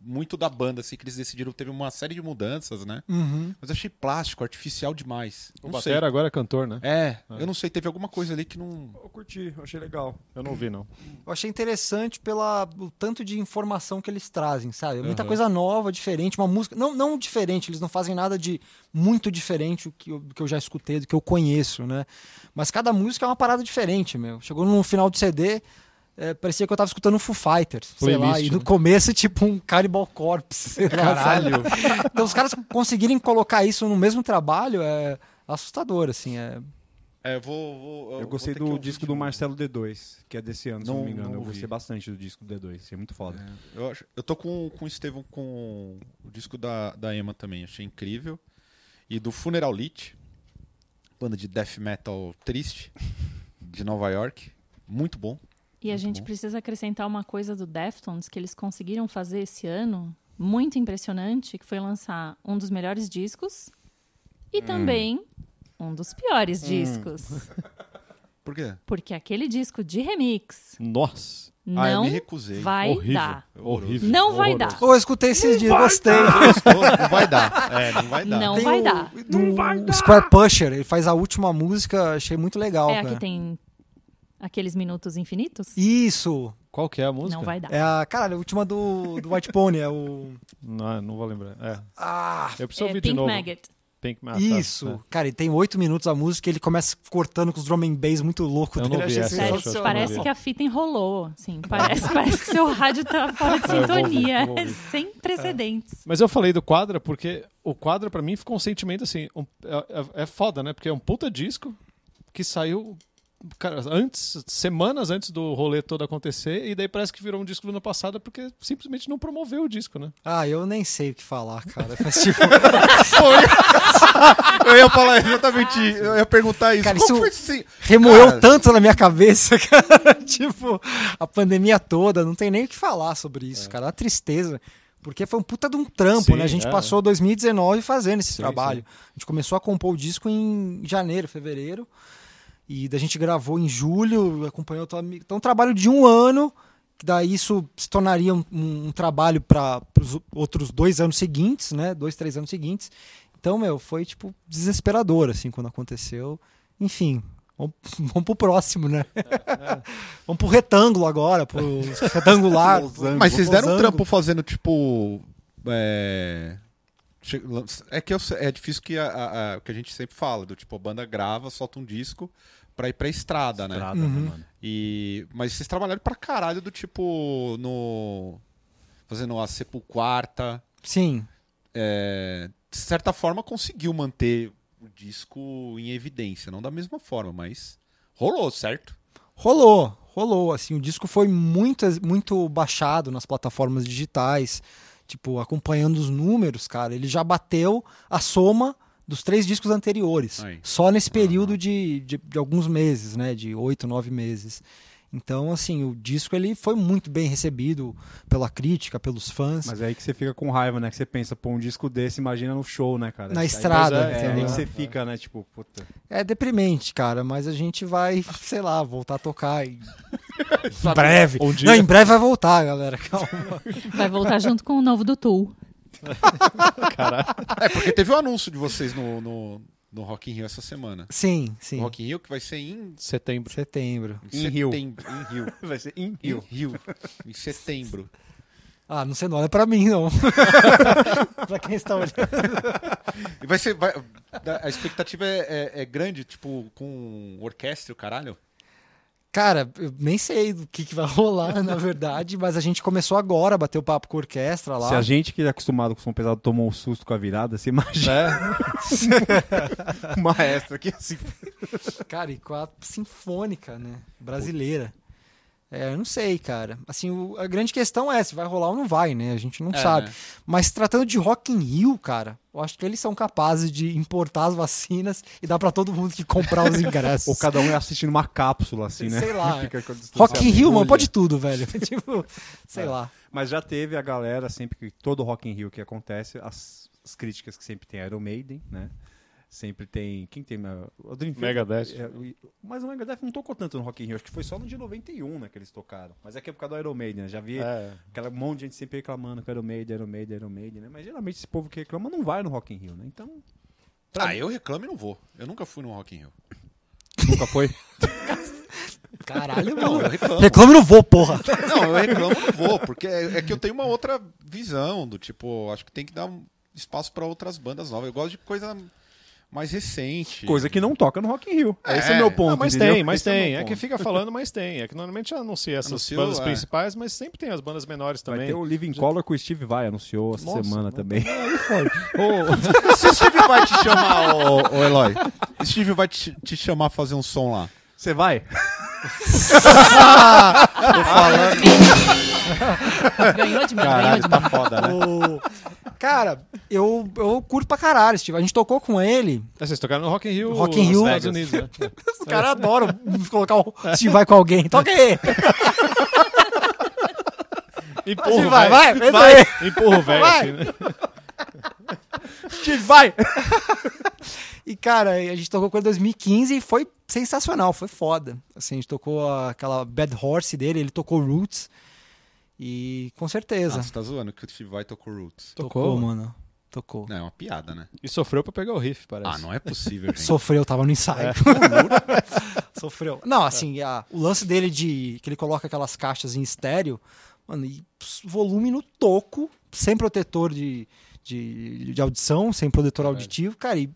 muito da banda, assim, que eles decidiram. Teve uma série de mudanças, né? Hum. né? Uhum. Mas eu achei plástico, artificial demais. O não sei. Batera agora é cantor, né? É, eu não sei. Teve alguma coisa ali que não. Eu curti, eu achei legal. Eu não ouvi, não. Eu achei interessante pela o tanto de informação que eles trazem, sabe? É Muita Aham. coisa nova, diferente, uma música. Não, não diferente, eles não fazem nada de muito diferente do que, eu, do que eu já escutei, do que eu conheço, né? Mas cada música é uma parada diferente, meu. Chegou no final do CD, é, parecia que eu tava escutando Foo Fighters, sei lá, Playlist, e no né? começo, tipo, um Cannibal Corpse. sei lá, sabe? Caralho! Então, os caras conseguirem colocar isso no mesmo trabalho é assustador, assim. É... É, eu vou. vou- Eu vou gostei ter que do ouvir disco de do novo. Marcelo D2, que é desse ano, se não É. Não- me engano. não Eu ouvi. gostei bastante do disco do D2, achei muito foda. Eu, acho- eu tô com, com o Estevão com o disco da, da Emma também, achei incrível. E do Funeral Lit, banda de death metal triste de Nova York. Muito bom. E a gente precisa acrescentar uma coisa do Deftones que eles conseguiram fazer esse ano, muito impressionante, que foi lançar um dos melhores discos Hum. e também um dos piores discos. Por quê? Porque aquele disco de remix Nossa! ah, eu não me recusei. vai Horrível. dar. Horrível. Não vai Horroroso. dar. Pô, eu escutei esses dias, gostei. Gostou? Não vai dar. É, não vai dar. um- Não Tem vai o- dar. o Hum, Square Pusher, ele faz a última música, achei muito legal. É a cara. que tem aqueles minutos infinitos? Isso! Qual que é a música? Não vai dar. É a, caralho, a última do, do White Pony, é o. Não, não vou lembrar. É. Ah! Eu preciso É ouvir de Pink novo. Maggot. Pink tá, Maggot. Isso! é. Cara, e tem oito minutos a música e ele começa cortando com os drum and bass muito louco tá Eu não dele. vi achei essa, Sério, acho que eu não parece vi. que é a fita enrolou. Assim, parece, parece que seu rádio tá fora de É, eu vou ouvir, sintonia. eu vou ouvir. Sem precedentes. Mas eu falei do Quadra porque o Quadra pra mim ficou um sentimento assim, um- é, é- é foda, né? Porque é um puta disco que saiu cara, antes, semanas antes do rolê todo acontecer e daí parece que virou um disco do ano passado porque simplesmente não promoveu o disco, né? Ah, eu nem sei o que falar, cara. Mas, tipo, Eu ia falar exatamente, eu ia perguntar isso. Cara, Qual isso- foi esse- remoeu Cara. tanto na minha cabeça, cara. tipo, a pandemia toda, não tem nem o que falar sobre isso, cara. A tristeza. Porque foi um puta de um trampo, É. Sim, né? A gente é, passou 2019 fazendo esse trabalho. A gente começou a compor o disco em janeiro, fevereiro. E a gente gravou em julho, acompanhou toda a mi- Então, um trabalho de um ano, que daí isso se tornaria um, um- um trabalho para os outros dois anos seguintes, né? Dois, três anos seguintes. Então, meu, foi tipo desesperador, assim, quando aconteceu. Enfim, vamos, vamos pro próximo, né? vamos pro retângulo agora, pro retangular. Mas vocês deram um losango. trampo fazendo, tipo. É, che- lan- é que eu se- é difícil que a, a- a- que a gente sempre fala, do tipo, a banda grava, solta um disco pra ir pra estrada, né? Estrada, né, mano? E, mas vocês trabalharam pra caralho do tipo no. Fazendo a Sepulquarta. Sim. é, de certa forma conseguiu manter o disco em evidência. Não da mesma forma, mas rolou, certo? Rolou, rolou. Assim, o disco foi muito, muito baixado nas plataformas digitais. Tipo, acompanhando os números, cara, ele já bateu a soma dos três discos anteriores. Aí. Só nesse período de, de, de alguns meses, né? De oito, nove meses. Então, assim, o disco ele foi muito bem recebido pela crítica, pelos fãs. Mas é aí que você fica com raiva, né? Que você pensa, pô, um disco desse, imagina no show, né, cara? Na Aí- estrada, É, é, aí entendeu? que você fica, né? Tipo, puta. É deprimente, cara, mas a gente vai, sei lá, voltar a tocar em, em breve. Um dia. Não, em breve vai voltar, galera. Calma. É. Vai voltar junto com o novo do Tool. É, porque teve o anúncio de vocês no, no, no Rock in Rio essa semana. Sim, sim. O Rock in Rio que vai ser em, Setembro. Setembro. em Em Rio. setembro. Em Rio. Vai ser in Em Rio. Em setembro. Ah, não sei, não olha pra mim, não. pra quem está olhando. E vai ser. vai- da- a expectativa é, é- é grande, tipo, com orquestra, e o caralho. Cara, eu nem sei do que, que vai rolar, na verdade, mas a gente começou agora a bater o papo com a orquestra lá. Se a gente que é acostumado com som pesado tomou um susto com a virada, você imagina o maestro aqui assim. Cara, e com a sinfônica, né? Brasileira. É, eu não sei, cara. Assim, o- a grande questão é se vai rolar ou não vai, né? A gente não É, sabe. né? Mas tratando de Rock in Rio, cara, eu acho que eles são capazes de importar as vacinas e dar pra todo mundo que comprar os ingressos. Ou cada um é assistindo uma cápsula, assim, né? Sei lá, é. Fica com a distância Rock in Rio, agulha. mano, pode tudo, velho. tipo, sei lá. Mas já teve a galera, sempre que todo Rock in Rio que acontece, as, as críticas que sempre tem Iron Maiden, né? Sempre tem. Quem tem? né, O Dream Theater. Megadeth. É, o- mas o Megadeth não tocou tanto no Rock in Rio. Acho que foi só no de 91 né, que eles tocaram. Mas é que é por causa do Iron Maiden. Né? Já vi É. aquela monte de gente sempre reclamando que Iron Maiden, Iron Maiden, Iron Maiden, né? Mas geralmente esse povo que reclama não vai no Rock in Rio, né? Então. Ah, eu reclamo e não vou. Eu nunca fui no Rock in Rio. Nunca foi? Caralho, Não, mano. Ah, eu reclamo. Reclame não vou, porra. Não, eu reclamo e não vou, porque é, é que eu tenho uma outra visão do tipo, acho que tem que dar um espaço pra outras bandas novas. Eu gosto de coisa mais recente. Coisa que não toca no Rock in Rio. Esse é o meu ponto. Não, mas entendeu? tem, mas Esse é o tem. meu É que ponto. fica falando, mas tem. É que normalmente anuncia essas Anunciou, bandas é. principais, mas sempre tem as bandas menores Vai também. ter um o Living Color com o Steve Vai, anunciou essa Nossa, semana mano. também. Se o Steve vai te chamar, ô, ô Eloy. O Steve vai te, te chamar fazer um som lá. Você vai? Ganhou de mim, ganhou Caralho, de mim. tá foda, né? O- Cara, eu, eu curto pra caralho, Steve. A gente tocou com ele. É, Vocês tocaram no Rock in Rio, Rock in nos Rio. Estados Unidos. Né? Os caras adoram colocar o Steve vai com alguém. Toca aí. Empurra, o vai, velho. vai. Entra aí. Empurra o velho. Vai. assim, né? Steve vai. E, cara, a gente tocou com ele em 2015 e foi sensacional, foi foda. Assim, a gente tocou aquela Bad Horse dele, ele tocou Roots. E com certeza. Ah, você tá zoando que o Steve vai tocou Roots. tocou. mano. Tocou. Não, é uma piada, né? E sofreu pra pegar o riff, parece. Ah, não é possível, gente. Sofreu, tava no ensaio. Sofreu. Não, assim, a- o lance dele de. que ele coloca aquelas caixas em estéreo, mano, e ps- volume no toco, sem protetor de, de, de audição, sem protetor auditivo, cara, e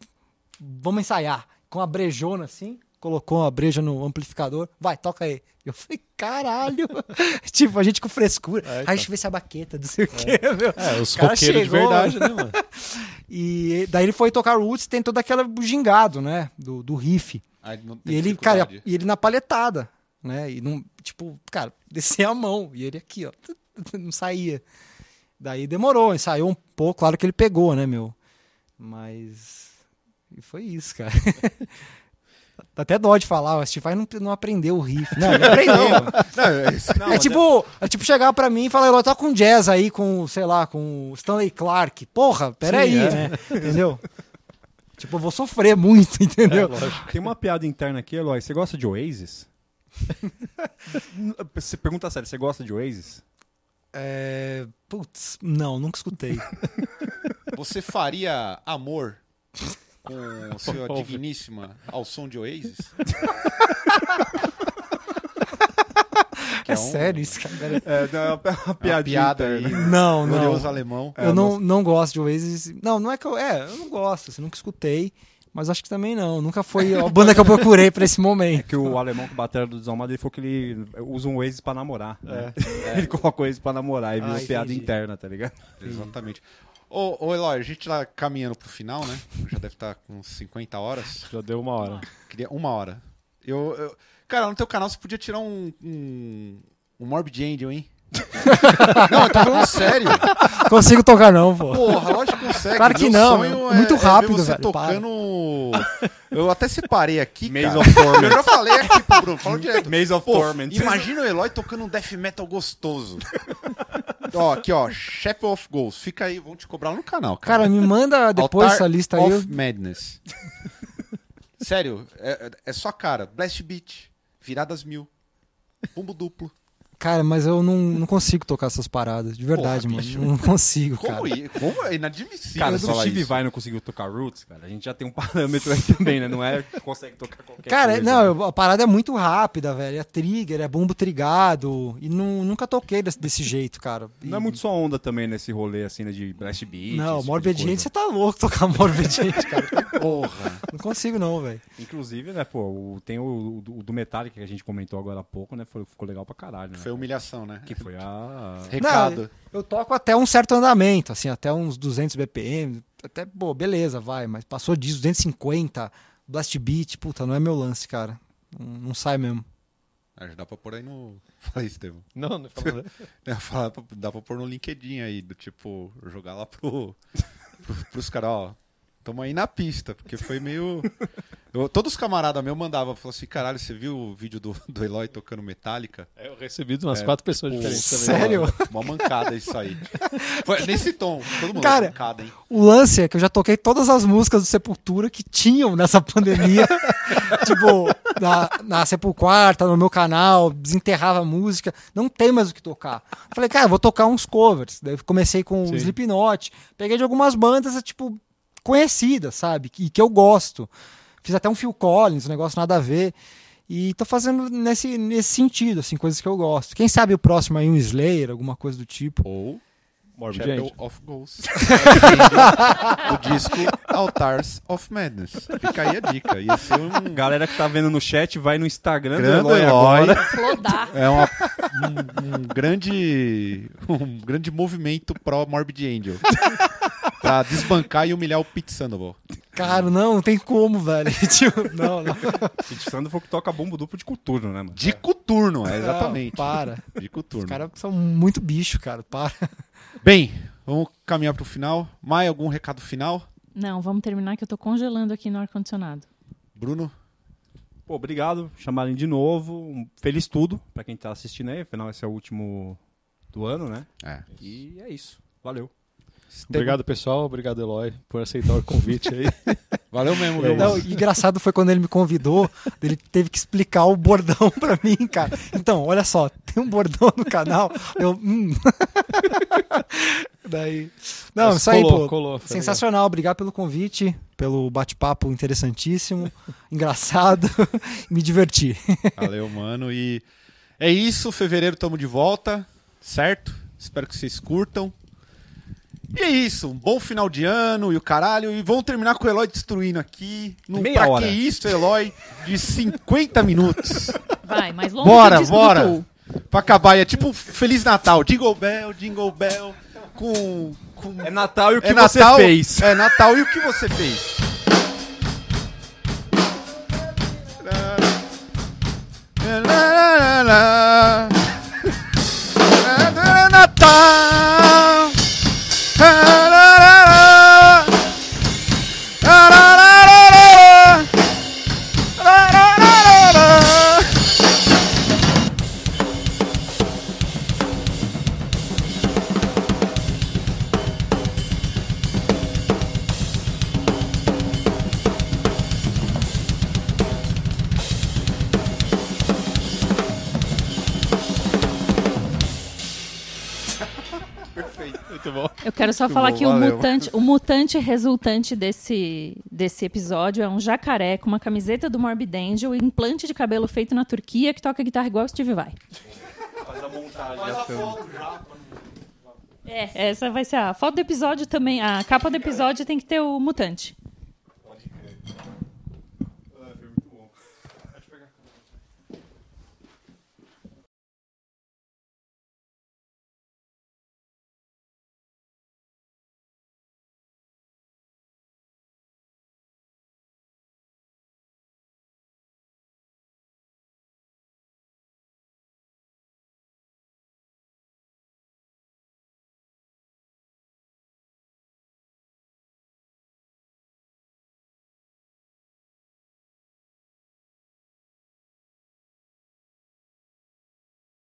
vamos ensaiar. Com a brejona assim, colocou a breja no amplificador, vai, toca aí. Eu falei, caralho! tipo, a gente com frescura. É, Aí a então. gente vê se a baqueta, não sei o quê, meu. É, os O cara roqueiros de chegou, verdade, né, mano? E daí ele foi tocar Roots, tem todo aquele gingado, né? Do, do riff. Ah, não tem E ele, cara, dificuldade. e ele na palhetada, né? E não, tipo, cara, descer a mão. E ele aqui, ó, não saía. Daí demorou, ensaiou um pouco, claro que ele pegou, né, meu? Mas. E foi isso, cara. Dá até dó de falar, o Steve vai não, não aprendeu o riff. Não, ele aprendeu. é, tipo, é tipo chegar pra mim e falar, eu toco um jazz aí com, sei lá, com o Stanley Clark. Porra, peraí, Sim, é. né? Entendeu? tipo, eu vou sofrer muito, entendeu? é Tem uma piada interna aqui, Eloy. Você gosta de Oasis? Você pergunta sério, você gosta de Oasis? É. Putz, não, nunca escutei. Você faria amor com sua Ouve. digníssima ao som de Oasis? É, sério isso, cara? É, uma, Uma piada aí. Não, não. Glorioso alemão. Eu não, não gosto de Oasis. Não, não é que eu. É, eu não gosto, assim, nunca escutei. Mas acho que também não. Nunca foi a banda que eu procurei pra esse É momento. que o alemão que bateu do Desalmado, ele falou que ele usa um Oasis pra namorar. né? Ele coloca o Oasis pra namorar e virou Ah, piada entendi. interna, tá ligado? É, Exatamente. Ô, ô Eloy, a gente tá caminhando pro final, né? Já deve estar com uns 50 horas. Já deu uma hora. Queria uma hora. Eu, eu- Cara, no teu canal você podia tirar um. um, um Morbid Angel, hein? não, eu tô falando sério. Consigo tocar, não, pô. Porra, lógico que consegue. Claro que Meu não, sonho é muito é ver rápido, você velho, tocando. Eu até separei aqui. Maze cara. of Torment. Eu já falei aqui pro Bruno, fala direto. Maze of Pô, Torment. Imagina o Eloy tocando um death metal gostoso. ó, aqui, ó. Chapel of Ghosts. Fica aí, vão te cobrar no canal, cara. Cara, me manda depois Altar essa lista aí. of eu- Madness. Sério, é, é só cara. Blast Beat, Viradas Mil, Bumbo Duplo. Cara, mas eu não, não consigo tocar essas paradas. De verdade, Porra, mano. bicho. Eu Não consigo, Como, cara. i- como é inadmissível Cara, se o falar Steve isso. Vai não conseguiu tocar Roots, cara, a gente já tem um parâmetro aí também, né? Não é que consegue tocar qualquer Cara, coisa. né? não, eu- a parada é muito rápida, velho. É trigger, é bumbo trigado. E não, nunca toquei desse, desse jeito, cara. E- Não é muito sua onda também nesse rolê, assim, né, de Blast Beat. esse Não, tipo de Morbid coisa. Angel, você tá louco tocar Morbid Angel, cara. Porra. Não consigo não, velho. Inclusive, né, pô, o- tem o, o do- o do Metallica que a gente comentou agora há pouco, né? Foi, ficou legal pra caralho, né? Foi humilhação, né? Que foi a. Recado. Eu toco até um certo andamento, assim, até uns 200 BPM, até, pô, beleza, vai, mas passou disso, 250, blast beat, puta, não é meu lance, cara. Não, não sai mesmo. Ah, já dá pra pôr aí no. Fala É, aí, Estevão. Não, não fala nada. Eu ia falar, pô, Dá pra pôr no LinkedIn aí, do tipo, jogar lá pro, pro, pros caras, ó. Tamo aí na pista, porque foi meio. Eu- todos os camaradas meus mandavam, falavam assim: caralho, você viu o vídeo do, do Eloy tocando Metallica? É, Eu recebi de umas quatro pessoas diferentes também. tipo, Sério? Uma mancada isso aí. Foi nesse tom, todo mundo Cara, mancada, hein? O lance é que eu já toquei todas as músicas do Sepultura que tinham nessa pandemia. tipo, na, na Sepulquarta, no meu canal, desenterrava a música. Não tem mais o que tocar. Eu falei, cara, eu vou tocar uns covers. Daí eu comecei com o Slipknot. Peguei de algumas bandas, tipo, conhecidas, sabe? E que eu gosto. Fiz até um Phil Collins, um negócio nada a ver. E tô fazendo nesse, nesse sentido, assim, coisas que eu gosto. Quem sabe o próximo aí um Slayer, alguma coisa do tipo. Ou Morbid Chapel Angel. of Ghosts. o disco Altars of Madness. Fica aí a dica. Ia ser um Galera que tá vendo no chat, vai no Instagram do grande Eloy Eloy. agora. Flodar. É uma- um, um grande um grande movimento pró Morbid Angel. pra desbancar e humilhar o Pete Sandoval. Cara, não, não tem como, velho. tipo, não, não. Pete Sandro foi o que toca bombo duplo de cultura, né, mano? De coturno, é exatamente. Não, para. De coturno. Os caras são muito bicho, cara. Para. Bem, vamos caminhar pro final. Mai, algum recado final? Não, vamos terminar que eu tô congelando aqui no ar-condicionado. Bruno? Pô, obrigado, chamarem de novo. Um feliz tudo pra quem tá assistindo aí. Afinal, esse é o último do ano, né? É. E é isso. Valeu. Obrigado, pessoal. Obrigado, Eloy, por aceitar o convite aí. Valeu mesmo, viu, Não, mano? e engraçado foi quando ele me convidou, ele teve que explicar o bordão pra mim, cara. Então, olha só, tem um bordão no canal. Eu, hum. Daí. Não, Mas isso aí, colou, pô. colou, tá foi sensacional, obrigado pelo convite, pelo bate-papo interessantíssimo, engraçado, me diverti. Valeu, mano. E é isso. Fevereiro estamos de volta, certo? Espero que vocês curtam. E é isso. Um bom final de ano e o caralho. E vamos terminar com o Eloy destruindo aqui. Não, Meia pra hora. que isso, Eloy? De 50 minutos. Vai, mais longe que o bora, disco do bora. Tool. Pra acabar. É tipo Feliz Natal. Jingle Bell, Jingle Bell. Com. com... É Natal e o que É você Natal, fez. É Natal e o que você fez? Natal. Eu quero só falar bom, que o valeu. mutante, o mutante resultante desse, desse episódio é um jacaré com uma camiseta do Morbid Angel e um implante de cabelo feito na Turquia que toca guitarra igual o Steve Vai. É, essa vai ser a foto do episódio também. A capa do episódio tem que ter o mutante.